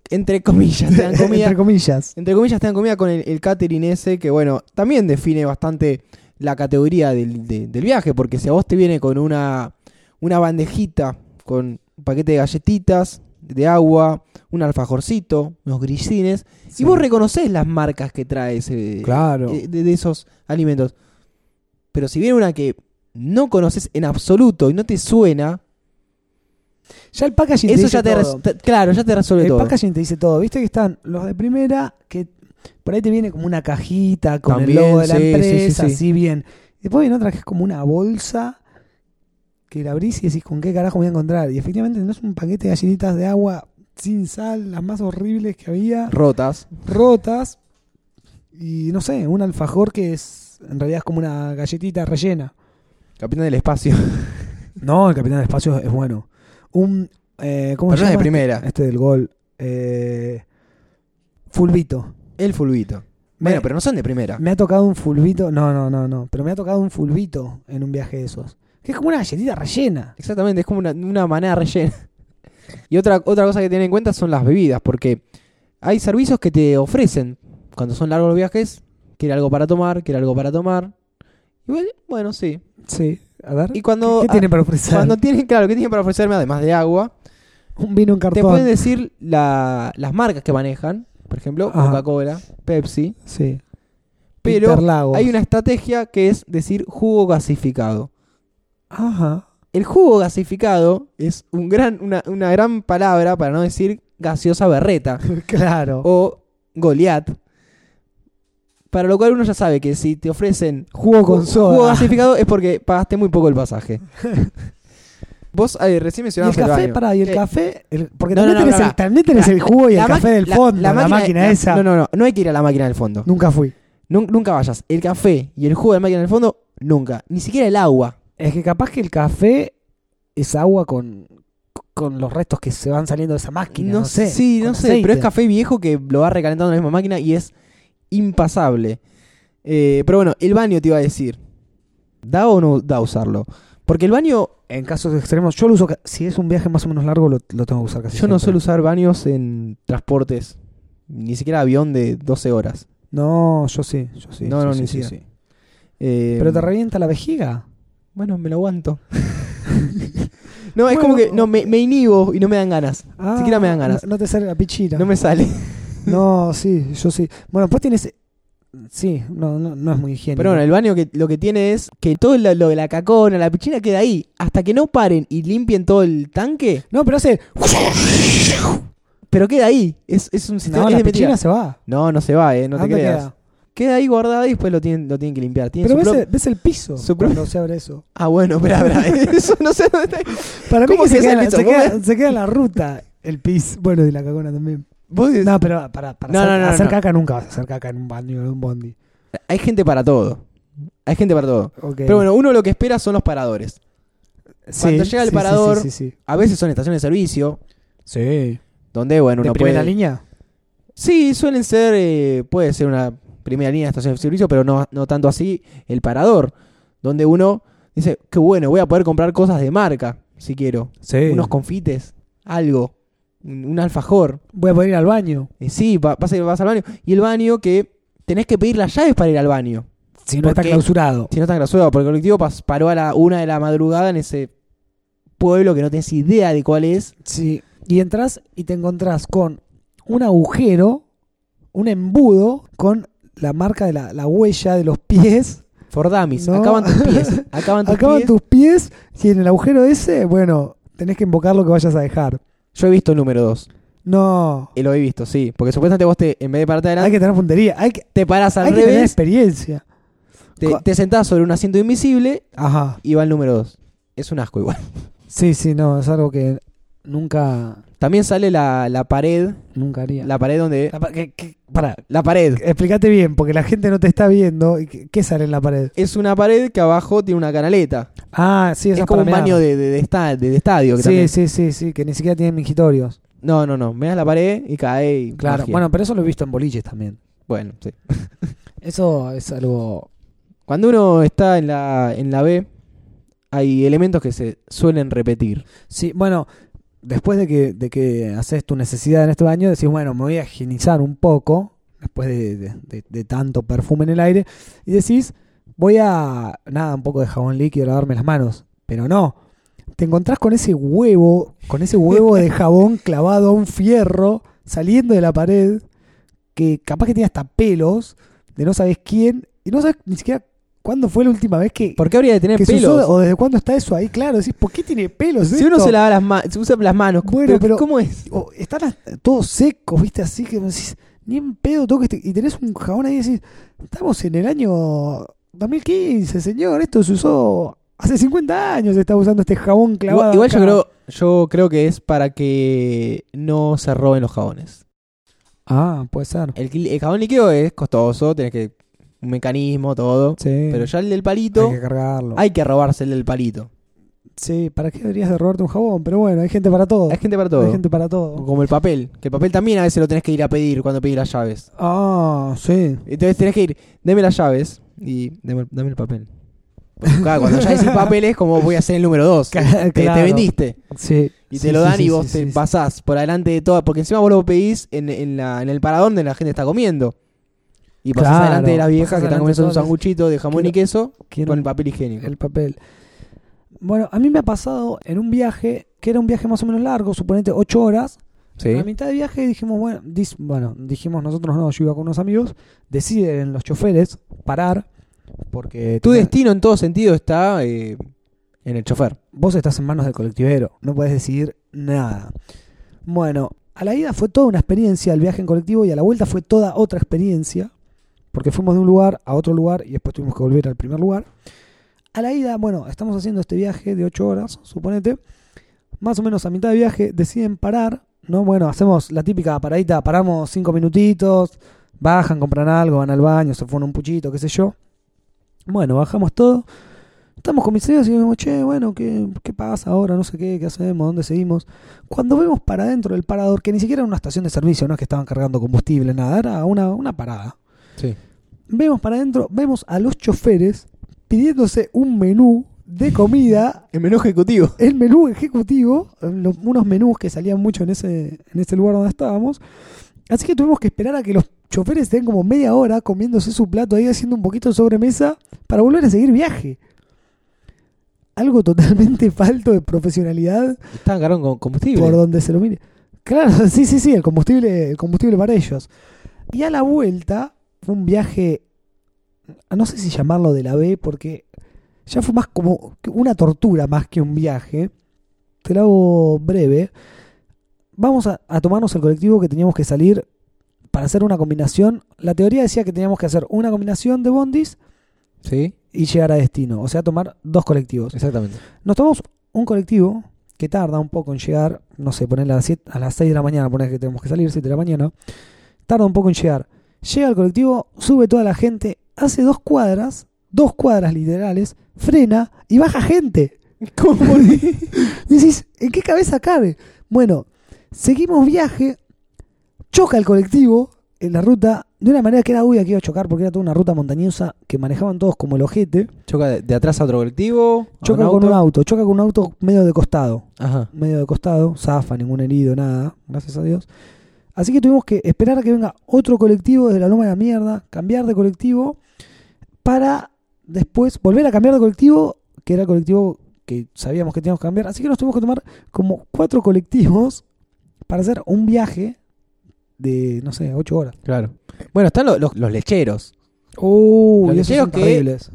Speaker 2: Entre comillas, te dan comida.
Speaker 1: Entre comillas.
Speaker 2: Entre comillas, te dan comida con el, el catering ese, que bueno, también define bastante la categoría del, de- del viaje, porque si a vos te viene con una, una bandejita, con un paquete de galletitas, de agua, un alfajorcito, unos grillines,
Speaker 1: Sí.
Speaker 2: y vos reconocés las marcas que trae ese,
Speaker 1: Claro.
Speaker 2: eh, de, de esos alimentos. Pero si viene una que no conoces en absoluto y no te suena,
Speaker 1: Ya el packaging
Speaker 2: eso
Speaker 1: dice
Speaker 2: ya te, Eh,
Speaker 1: todo.
Speaker 2: res- te- claro, ya te resuelve
Speaker 1: El
Speaker 2: todo.
Speaker 1: packaging te dice todo. Viste que están los de primera, que por ahí te viene como una cajita con
Speaker 2: También,
Speaker 1: el logo de la
Speaker 2: sí, sí, sí,
Speaker 1: empresa,
Speaker 2: sí.
Speaker 1: así bien. Después viene otra que es como una bolsa que la abrís y decís con qué carajo voy a encontrar. Y efectivamente no es un paquete de galletitas de agua sin sal, las más horribles que había,
Speaker 2: Rotas.
Speaker 1: rotas. Y no sé, un alfajor que es en realidad es como una galletita rellena.
Speaker 2: Capitán del espacio.
Speaker 1: No, el Capitán del Espacio es bueno. Un. Eh, ¿Cómo
Speaker 2: Pero
Speaker 1: se
Speaker 2: no es de
Speaker 1: llama?
Speaker 2: primera.
Speaker 1: Este del gol. Eh, fulvito.
Speaker 2: El fulbito. Bueno, pero no son de primera.
Speaker 1: Me ha tocado un fulvito. No, no, no, no. Pero me ha tocado un fulvito en un viaje de esos. Que es como una galletita rellena.
Speaker 2: Exactamente, es como una, una manada rellena. Y otra, otra cosa que tener en cuenta son las bebidas, porque hay servicios que te ofrecen cuando son largos los viajes, quiere algo para tomar, quiere algo para tomar. Y bueno, bueno, sí.
Speaker 1: Sí. A ver.
Speaker 2: Y cuando,
Speaker 1: ¿Qué, qué tienen para ofrecer?
Speaker 2: cuando tienen, claro, ¿qué tienen para ofrecerme además de agua?
Speaker 1: Un vino en
Speaker 2: Te
Speaker 1: cartón.
Speaker 2: pueden decir la- las marcas que manejan, por ejemplo,
Speaker 1: Ajá.
Speaker 2: Coca-Cola, Pepsi,
Speaker 1: Sí.
Speaker 2: pero
Speaker 1: Interlagos.
Speaker 2: hay una estrategia que es decir jugo gasificado.
Speaker 1: Ajá.
Speaker 2: El jugo gasificado es un gran, una, una gran palabra para no decir gaseosa berreta
Speaker 1: claro.
Speaker 2: o goliat. Para lo cual uno ya sabe que si te ofrecen
Speaker 1: jugo con
Speaker 2: ju- jugo
Speaker 1: soda.
Speaker 2: gasificado es porque pagaste muy poco el pasaje. Vos eh, recién
Speaker 1: Y el
Speaker 2: mencionabas
Speaker 1: café,
Speaker 2: baño.
Speaker 1: pará, y el
Speaker 2: Eh,
Speaker 1: café. el- porque
Speaker 2: no,
Speaker 1: también,
Speaker 2: no, no,
Speaker 1: tenés,
Speaker 2: pará.
Speaker 1: el, también tenés el jugo y el
Speaker 2: la
Speaker 1: café
Speaker 2: maqui-
Speaker 1: del
Speaker 2: la-
Speaker 1: fondo. La, máquina
Speaker 2: la-
Speaker 1: esa.
Speaker 2: No, no, no. No hay que ir a la máquina del fondo.
Speaker 1: Nunca fui.
Speaker 2: Nun- nunca vayas. El café y el jugo de máquina del fondo, nunca. Ni siquiera el agua.
Speaker 1: Es que capaz que el café es agua con, con los restos que se van saliendo de esa máquina. No, sé.
Speaker 2: Sí,
Speaker 1: con
Speaker 2: no sé. Pero es
Speaker 1: aceite.
Speaker 2: café viejo que lo va recalentando en la misma máquina y es impasable. Eh, pero bueno, el baño te iba a decir. ¿Da o no da usarlo? Porque el baño.
Speaker 1: En casos extremos, yo lo uso. ca- Si es un viaje más o menos largo, lo, lo tengo que usar casi
Speaker 2: Yo no suelo
Speaker 1: siempre.
Speaker 2: usar baños en transportes. Ni siquiera avión de 12 horas.
Speaker 1: No, yo sí. Yo sí
Speaker 2: No,
Speaker 1: yo
Speaker 2: no,
Speaker 1: sí,
Speaker 2: ni
Speaker 1: sí,
Speaker 2: siquiera.
Speaker 1: sí.
Speaker 2: Eh,
Speaker 1: Pero te revienta la vejiga.
Speaker 2: Bueno, me lo aguanto. no, es
Speaker 1: Bueno.
Speaker 2: como que. No, me, me inhibo y no me dan ganas.
Speaker 1: Ah,
Speaker 2: siquiera me dan ganas.
Speaker 1: No, no te sale la pichira.
Speaker 2: No me sale.
Speaker 1: No, sí, yo sí. Bueno, después tienes Sí, no, no, no es muy higiénico.
Speaker 2: Pero bueno, el baño que, lo que tiene es que todo lo, lo de la cacona, la piscina queda ahí. Hasta que no paren y limpien todo el tanque,
Speaker 1: No, pero hace.
Speaker 2: pero queda ahí. Es, es un sistema
Speaker 1: No,
Speaker 2: es
Speaker 1: la
Speaker 2: de mentira.
Speaker 1: piscina se va.
Speaker 2: No, no se va, eh, no
Speaker 1: ¿A
Speaker 2: te
Speaker 1: dónde
Speaker 2: creas. Queda?
Speaker 1: queda?
Speaker 2: ahí guardada y después lo tienen, lo tienen que limpiar. Tiene
Speaker 1: Pero
Speaker 2: su
Speaker 1: ves,
Speaker 2: pro-
Speaker 1: el- ves el piso
Speaker 2: su pro-
Speaker 1: cuando se abre eso.
Speaker 2: Ah, bueno, espera, espera. Eso no sé dónde está.
Speaker 1: Para mí
Speaker 2: ¿Cómo
Speaker 1: que se
Speaker 2: que es
Speaker 1: queda,
Speaker 2: el
Speaker 1: en la-
Speaker 2: piso?
Speaker 1: se,
Speaker 2: ¿Cómo
Speaker 1: queda, se queda en la ruta el pis. Bueno, y la cagona también.
Speaker 2: Vos decís-
Speaker 1: No, pero para, para
Speaker 2: No,
Speaker 1: hacer,
Speaker 2: no, no,
Speaker 1: hacer
Speaker 2: no.
Speaker 1: caca nunca vas a hacer caca en un baño, en un bondi.
Speaker 2: Hay gente para todo. Hay gente para todo.
Speaker 1: Ok.
Speaker 2: Pero bueno, uno lo que espera son los paradores.
Speaker 1: Sí,
Speaker 2: cuando llega el
Speaker 1: sí, sí,
Speaker 2: parador-
Speaker 1: Sí, sí, sí.
Speaker 2: A veces son estaciones de servicio,
Speaker 1: Sí.
Speaker 2: donde, bueno,
Speaker 1: ¿De
Speaker 2: uno
Speaker 1: primera
Speaker 2: puede...
Speaker 1: línea?
Speaker 2: Sí, suelen ser, eh, puede ser una primera línea de estación de servicio, pero no, no tanto así el parador, donde uno dice, qué bueno, voy a poder comprar cosas de marca, si quiero.
Speaker 1: Sí.
Speaker 2: Unos confites, algo, un, un alfajor.
Speaker 1: Voy a poder ir al baño.
Speaker 2: Eh, sí, va- vas, a- vas al baño. Y el baño que tenés que pedir las llaves para ir al baño.
Speaker 1: Si no está
Speaker 2: Porque-
Speaker 1: clausurado.
Speaker 2: Si no tan grasudo, porque el colectivo pas- paró a la una de la madrugada en ese pueblo que no tenés idea de cuál es.
Speaker 1: Sí. Y entras y te encontrás con un agujero, un embudo con la marca de la, la huella de los pies.
Speaker 2: Fordamis,
Speaker 1: No.
Speaker 2: acaban tus pies. Acaban tus
Speaker 1: Acaban
Speaker 2: pies.
Speaker 1: tus pies y en el agujero ese, bueno, tenés que invocar lo que vayas a dejar.
Speaker 2: Yo he visto el número 2.
Speaker 1: No.
Speaker 2: Y lo he visto, sí. Porque supuestamente vos te, en vez de pararte
Speaker 1: Hay
Speaker 2: adelante,
Speaker 1: que tener puntería, hay que,
Speaker 2: te paras al
Speaker 1: hay que tener
Speaker 2: revés,
Speaker 1: experiencia.
Speaker 2: te,
Speaker 1: co-
Speaker 2: te sentás sobre un asiento invisible
Speaker 1: Ajá.
Speaker 2: y va el número 2. Es un asco igual.
Speaker 1: Sí, sí, no, es algo que nunca,
Speaker 2: También sale la, la pared,
Speaker 1: nunca haría.
Speaker 2: la pared donde...
Speaker 1: La pa- que- que- pará,
Speaker 2: La pared.
Speaker 1: explícate bien, porque la gente no te está viendo. ¿Y ¿Qué, qué sale en la pared?
Speaker 2: Es una pared que abajo tiene una canaleta.
Speaker 1: Ah, sí, esa
Speaker 2: Es como un baño de, de, de esta- de- de estadio. que
Speaker 1: Sí,
Speaker 2: también-
Speaker 1: sí, sí, sí, que ni siquiera tienen mingitorios.
Speaker 2: No, no, no. Me das la pared y cae y
Speaker 1: Claro,
Speaker 2: magia.
Speaker 1: bueno, pero eso lo he visto en boliches también.
Speaker 2: Bueno, sí.
Speaker 1: Eso es algo...
Speaker 2: Cuando uno está en la, en la B, hay elementos que se suelen repetir.
Speaker 1: Sí, bueno, después de que, de que haces tu necesidad en este baño, decís, bueno, me voy a higienizar un poco, después de, de- de- de tanto perfume en el aire, y decís, voy a, nada, un poco de jabón líquido, lavarme las manos, pero no. Te encontrás con ese huevo, con ese huevo de jabón clavado a un fierro, saliendo de la pared, que capaz que tiene hasta pelos, de no sabes quién, y no sabes ni siquiera cuándo fue la última vez que...
Speaker 2: ¿Por qué habría de tener
Speaker 1: que se usó,
Speaker 2: pelos?
Speaker 1: o desde cuándo está eso ahí, claro, decís, ¿por qué tiene pelos?
Speaker 2: si uno
Speaker 1: esto?
Speaker 2: se lava las manos, se usa las manos,
Speaker 1: Bueno,
Speaker 2: pero
Speaker 1: pero-
Speaker 2: ¿cómo es?
Speaker 1: o están hasta- todos secos, ¿viste? Así que vos decís, ni en pedo toques. Y tenés un jabón ahí y decís, estamos en el año 2015, señor. Esto se usó hace 50 años, se está usando este jabón clavado.
Speaker 2: Igual, igual yo
Speaker 1: acá".
Speaker 2: creo, yo creo que es para que no se roben los jabones.
Speaker 1: Ah, puede ser.
Speaker 2: El, qui- el jabón líquido es costoso, tenés que un mecanismo, todo.
Speaker 1: Sí.
Speaker 2: Pero ya el del palito,
Speaker 1: hay que cargarlo.
Speaker 2: hay que robarse el del palito.
Speaker 1: Sí, ¿para qué deberías de robarte un jabón? Pero bueno, hay gente para todo.
Speaker 2: Hay gente para todo.
Speaker 1: Hay gente para todo.
Speaker 2: Como el papel, que el papel también a veces lo tenés que ir a pedir cuando pedís las llaves.
Speaker 1: Ah, sí.
Speaker 2: Entonces tenés que ir, deme las llaves y deme, dame el papel. Porque, claro, cuando ya decís papeles, como voy a ser el número 2.
Speaker 1: Claro.
Speaker 2: Te, te vendiste.
Speaker 1: Sí.
Speaker 2: Y
Speaker 1: Sí,
Speaker 2: te lo
Speaker 1: sí,
Speaker 2: dan
Speaker 1: sí,
Speaker 2: y vos
Speaker 1: sí,
Speaker 2: te
Speaker 1: sí, sí.
Speaker 2: pasás por adelante de todas. Porque encima vos lo pedís en, en la- en el parador donde la gente está comiendo. Y pasás
Speaker 1: Claro,
Speaker 2: adelante de las
Speaker 1: pasás
Speaker 2: viejas que están
Speaker 1: adelante
Speaker 2: comiendo un
Speaker 1: todas las-
Speaker 2: sanguchito de jamón y
Speaker 1: Quiero-
Speaker 2: queso
Speaker 1: Quiero
Speaker 2: con
Speaker 1: un
Speaker 2: el papel higiénico.
Speaker 1: el papel. Bueno, a mí me ha pasado en un viaje, que era un viaje más o menos largo, suponete 8 horas.
Speaker 2: Sí.
Speaker 1: A mitad de viaje dijimos, bueno, dis- bueno, dijimos nosotros no, yo iba con unos amigos, deciden los choferes parar, porque
Speaker 2: Tu
Speaker 1: tenía-
Speaker 2: destino en todo sentido está eh, en el chofer.
Speaker 1: vos estás en manos del colectivero, no puedes decidir nada. Bueno, a la ida fue toda una experiencia el viaje en colectivo y a la vuelta fue toda otra experiencia, porque fuimos de un lugar a otro lugar y después tuvimos que volver al primer lugar. A la ida, bueno, estamos haciendo este viaje de 8 horas, suponete. Más o menos a mitad de viaje deciden parar, ¿no? Bueno, hacemos la típica paradita, paramos 5 minutitos, bajan, compran algo, van al baño, se fueron un puchito, qué sé yo. Bueno, bajamos todo. Estamos con mis amigos y decimos, che, bueno, ¿qué, qué pasa ahora? No sé qué, qué hacemos, dónde seguimos. Cuando vemos para adentro del parador, que ni siquiera era una estación de servicio, no es que estaban cargando combustible, nada, era una, una parada.
Speaker 2: Sí.
Speaker 1: Vemos para adentro, vemos a los choferes pidiéndose un menú de comida,
Speaker 2: El menú ejecutivo.
Speaker 1: el menú ejecutivo, eh, lo- unos menús que salían mucho en ese, en ese lugar donde estábamos. Así que tuvimos que esperar a que los choferes estén como media hora comiéndose su plato ahí, haciendo un poquito de sobremesa para volver a seguir viaje. Algo totalmente falto de profesionalidad
Speaker 2: Estaban cargando con combustible.
Speaker 1: por donde se lo mire. Claro, sí, sí, sí, el combustible, el combustible para ellos. Y a la vuelta fue un viaje, no sé si llamarlo de la B, porque ya fue más como una tortura más que un viaje. Te lo hago breve. Vamos a, a tomarnos el colectivo que teníamos que salir para hacer una combinación. La teoría decía que teníamos que hacer una combinación de bondis
Speaker 2: Sí,
Speaker 1: y llegar a destino, o sea, tomar dos colectivos.
Speaker 2: exactamente.
Speaker 1: Nos tomamos un colectivo que tarda un poco en llegar, no sé, ponerle a las, siete- a las 6 de la mañana, poner que tenemos que salir 7 de la mañana, tarda un poco en llegar. Llega el colectivo, sube toda la gente, hace dos cuadras, dos cuadras literales, frena y baja gente.
Speaker 2: ¿Cómo?
Speaker 1: Decís, ¿en qué cabeza cabe? Bueno, seguimos viaje, choca el colectivo en la ruta de una manera que era obvia que iba a chocar porque era toda una ruta montañosa que manejaban todos como el ojete.
Speaker 2: Choca de, de atrás a otro colectivo. a
Speaker 1: Choca con un auto, choca con un auto medio de costado
Speaker 2: Ajá.
Speaker 1: medio de costado, zafa, ningún herido, nada, gracias a Dios. Así que tuvimos que esperar a que venga otro colectivo desde la Loma de la Mierda, cambiar de colectivo, para después volver a cambiar de colectivo, que era el colectivo que sabíamos que teníamos que cambiar. Así que nos tuvimos que tomar como cuatro colectivos para hacer un viaje de, no sé, ocho horas.
Speaker 2: Claro. Bueno, están lo- los, los lecheros.
Speaker 1: ¡Uh!
Speaker 2: y
Speaker 1: Y
Speaker 2: esos
Speaker 1: esos
Speaker 2: son
Speaker 1: son terribles.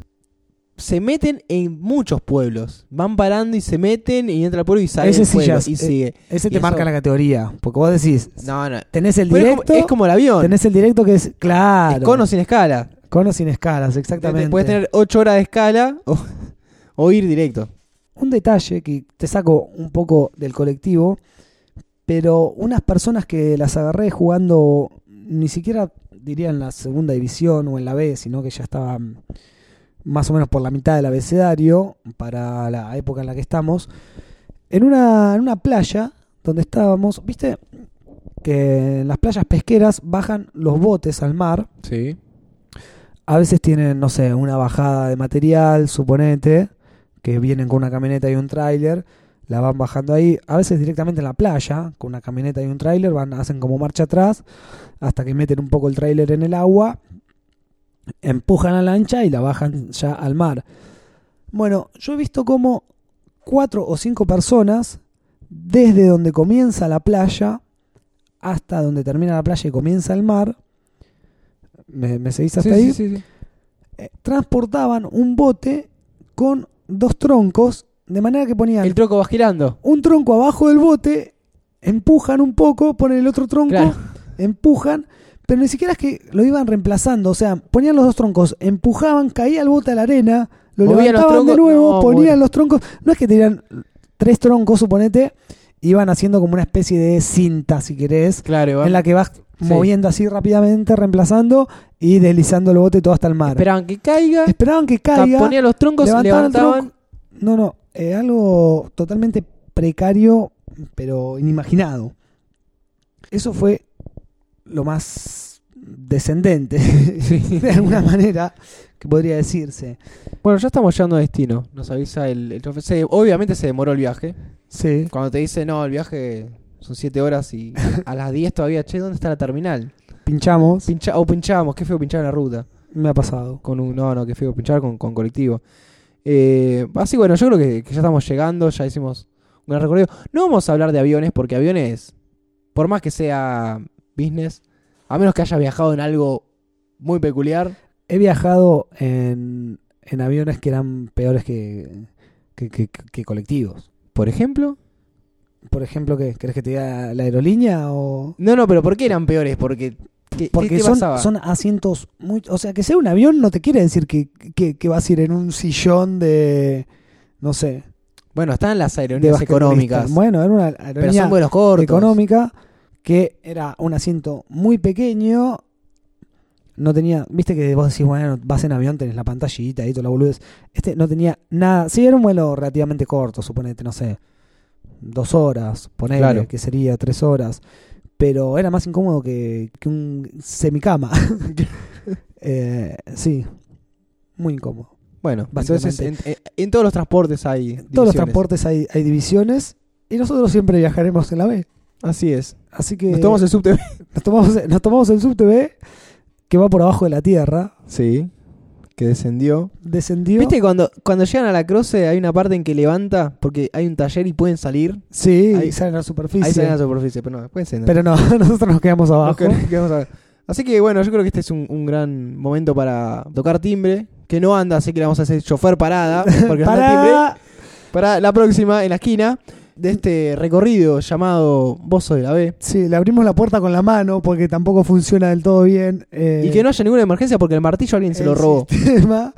Speaker 2: Se meten en muchos pueblos. Van parando y se meten y entra al pueblo y sale
Speaker 1: Ese
Speaker 2: del
Speaker 1: sí ya
Speaker 2: pueblo
Speaker 1: es-
Speaker 2: y
Speaker 1: eh,
Speaker 2: sigue.
Speaker 1: Ese
Speaker 2: Y
Speaker 1: te
Speaker 2: eso-
Speaker 1: marca la categoría, porque vos decís,
Speaker 2: No, no.
Speaker 1: tenés el
Speaker 2: Pero es, como,
Speaker 1: directo,
Speaker 2: es como el avión.
Speaker 1: tenés el directo que es, claro,
Speaker 2: Es con o sin escala.
Speaker 1: Conos sin escalas, exactamente.
Speaker 2: Puedes tener 8 horas de escala o, o ir directo.
Speaker 1: Un detalle que te saco un poco del colectivo, pero unas personas que las agarré jugando, ni siquiera diría en la segunda división o en la B, sino que ya estaban más o menos por la mitad del abecedario, para la época en la que estamos, en una, en una playa donde estábamos, viste que en las playas pesqueras bajan los botes al mar,
Speaker 2: Sí.
Speaker 1: a veces tienen, no sé, una bajada de material, suponete, que vienen con una camioneta y un tráiler, la van bajando ahí, a veces directamente en la playa, con una camioneta y un tráiler, van, hacen como marcha atrás, hasta que meten un poco el tráiler en el agua, empujan la lancha y la bajan ya al mar. Bueno, yo he visto como cuatro o cinco personas, desde donde comienza la playa hasta donde termina la playa y comienza el mar, ¿me, me seguís hasta ahí? eh, transportaban un bote con dos troncos, de manera que ponían
Speaker 2: El troco va girando.
Speaker 1: un tronco abajo del bote, empujan un poco, ponen el otro tronco,
Speaker 2: Claro.
Speaker 1: empujan, pero ni siquiera es que lo iban reemplazando, o sea, ponían los dos troncos, empujaban, caía el bote a la arena, lo
Speaker 2: Movían los
Speaker 1: levantaban de
Speaker 2: troncos,
Speaker 1: nuevo,
Speaker 2: no,
Speaker 1: ponían
Speaker 2: boludo.
Speaker 1: los troncos, no es que tenían tres troncos, suponete, iban haciendo como una especie de cinta, si querés,
Speaker 2: Claro, y va-
Speaker 1: en la que vas
Speaker 2: Sí.
Speaker 1: moviendo así rápidamente, reemplazando y deslizando el bote todo hasta el mar.
Speaker 2: Esperaban que caiga.
Speaker 1: Esperaban que
Speaker 2: ca-
Speaker 1: caiga.
Speaker 2: Ponían los troncos,
Speaker 1: levantaban
Speaker 2: levantaban.
Speaker 1: el tronco. No, no, eh, algo totalmente precario, pero inimaginado. Eso fue lo más descendente, de alguna manera, que podría decirse.
Speaker 2: Bueno, ya estamos llegando a destino. Nos avisa el, el chofer. Se- obviamente se demoró el viaje.
Speaker 1: Sí.
Speaker 2: Cuando te dice, no, el viaje son 7 horas y a las 10 todavía, che, ¿dónde está la terminal?
Speaker 1: Pinchamos.
Speaker 2: Pincha o pinchamos, qué feo pinchar en la ruta.
Speaker 1: Me ha pasado.
Speaker 2: Con un, no, no, qué feo pinchar con, con colectivo. Eh, así bueno, yo creo que, que ya estamos llegando, ya hicimos un gran recorrido. No vamos a hablar de aviones porque aviones, por más que sea business, a menos que haya viajado en algo muy peculiar,
Speaker 1: He viajado en, en aviones que eran peores que, que, que- que colectivos.
Speaker 2: por ejemplo.
Speaker 1: Por ejemplo, ¿qué? ¿Querés que te diga la aerolínea o...?
Speaker 2: No, no, pero ¿por qué eran peores? Porque, ¿qué,
Speaker 1: Porque
Speaker 2: qué te
Speaker 1: son,
Speaker 2: pasaba?
Speaker 1: son asientos muy... O sea, que sea un avión no te quiere decir que, que, que vas a ir en un sillón de... No sé.
Speaker 2: Bueno, están las
Speaker 1: De
Speaker 2: aerolíneas
Speaker 1: basquetbolista.
Speaker 2: económicas,
Speaker 1: Bueno, era una
Speaker 2: pero son
Speaker 1: aerolínea
Speaker 2: vuelos cortos.
Speaker 1: económica que era un asiento muy pequeño. No tenía... Viste que vos decís, bueno, vas en avión, tenés la pantallita y toda la boludez. Este no tenía nada. Sí, era un vuelo relativamente corto, suponete, no sé. Dos horas, ponele,
Speaker 2: Claro.
Speaker 1: que sería tres horas. Pero era más incómodo que, que un semicama. Eh, sí, muy incómodo.
Speaker 2: Bueno, entonces
Speaker 1: Básicamente.
Speaker 2: en, en- en todos los transportes hay
Speaker 1: En todos los
Speaker 2: divisiones.
Speaker 1: transportes hay, hay divisiones y nosotros siempre viajaremos en la B.
Speaker 2: Así es.
Speaker 1: Así Eh, que
Speaker 2: Nos tomamos el subte.
Speaker 1: nos tomamos- nos tomamos el subte B que va por abajo de la tierra,
Speaker 2: Sí, que descendió.
Speaker 1: descendió.
Speaker 2: ¿Viste cuando, cuando llegan a la croce hay una parte en que levanta porque hay un taller y pueden salir?
Speaker 1: Sí,
Speaker 2: Ahí-
Speaker 1: ahí salen a la
Speaker 2: Ahí
Speaker 1: superficie.
Speaker 2: salen a la superficie, pero no, pueden salir.
Speaker 1: pero no, nosotros nos quedamos abajo.
Speaker 2: Nos quedamos- quedamos abajo. Así que bueno, yo creo que este es un, un gran momento para tocar timbre. Que no anda, así que le vamos a hacer chofer parada. Porque no anda timbre.
Speaker 1: Pará.
Speaker 2: Para la próxima, en la esquina, de este recorrido llamado Bozo de la B.
Speaker 1: Sí, le abrimos la puerta con la mano porque tampoco funciona del todo bien. eh,
Speaker 2: Y que no haya ninguna emergencia porque el martillo alguien se lo
Speaker 1: el
Speaker 2: robó.
Speaker 1: sistema.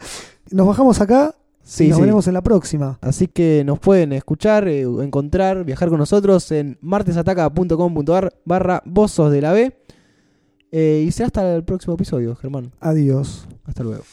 Speaker 1: Nos bajamos acá y
Speaker 2: Sí,
Speaker 1: nos
Speaker 2: sí.
Speaker 1: veremos en la próxima.
Speaker 2: Así que nos pueden escuchar, eh, encontrar, viajar con nosotros en martesataca.com.ar barra bozos de la B. Eh, y será hasta el próximo episodio, Germán.
Speaker 1: Adiós.
Speaker 2: Hasta luego.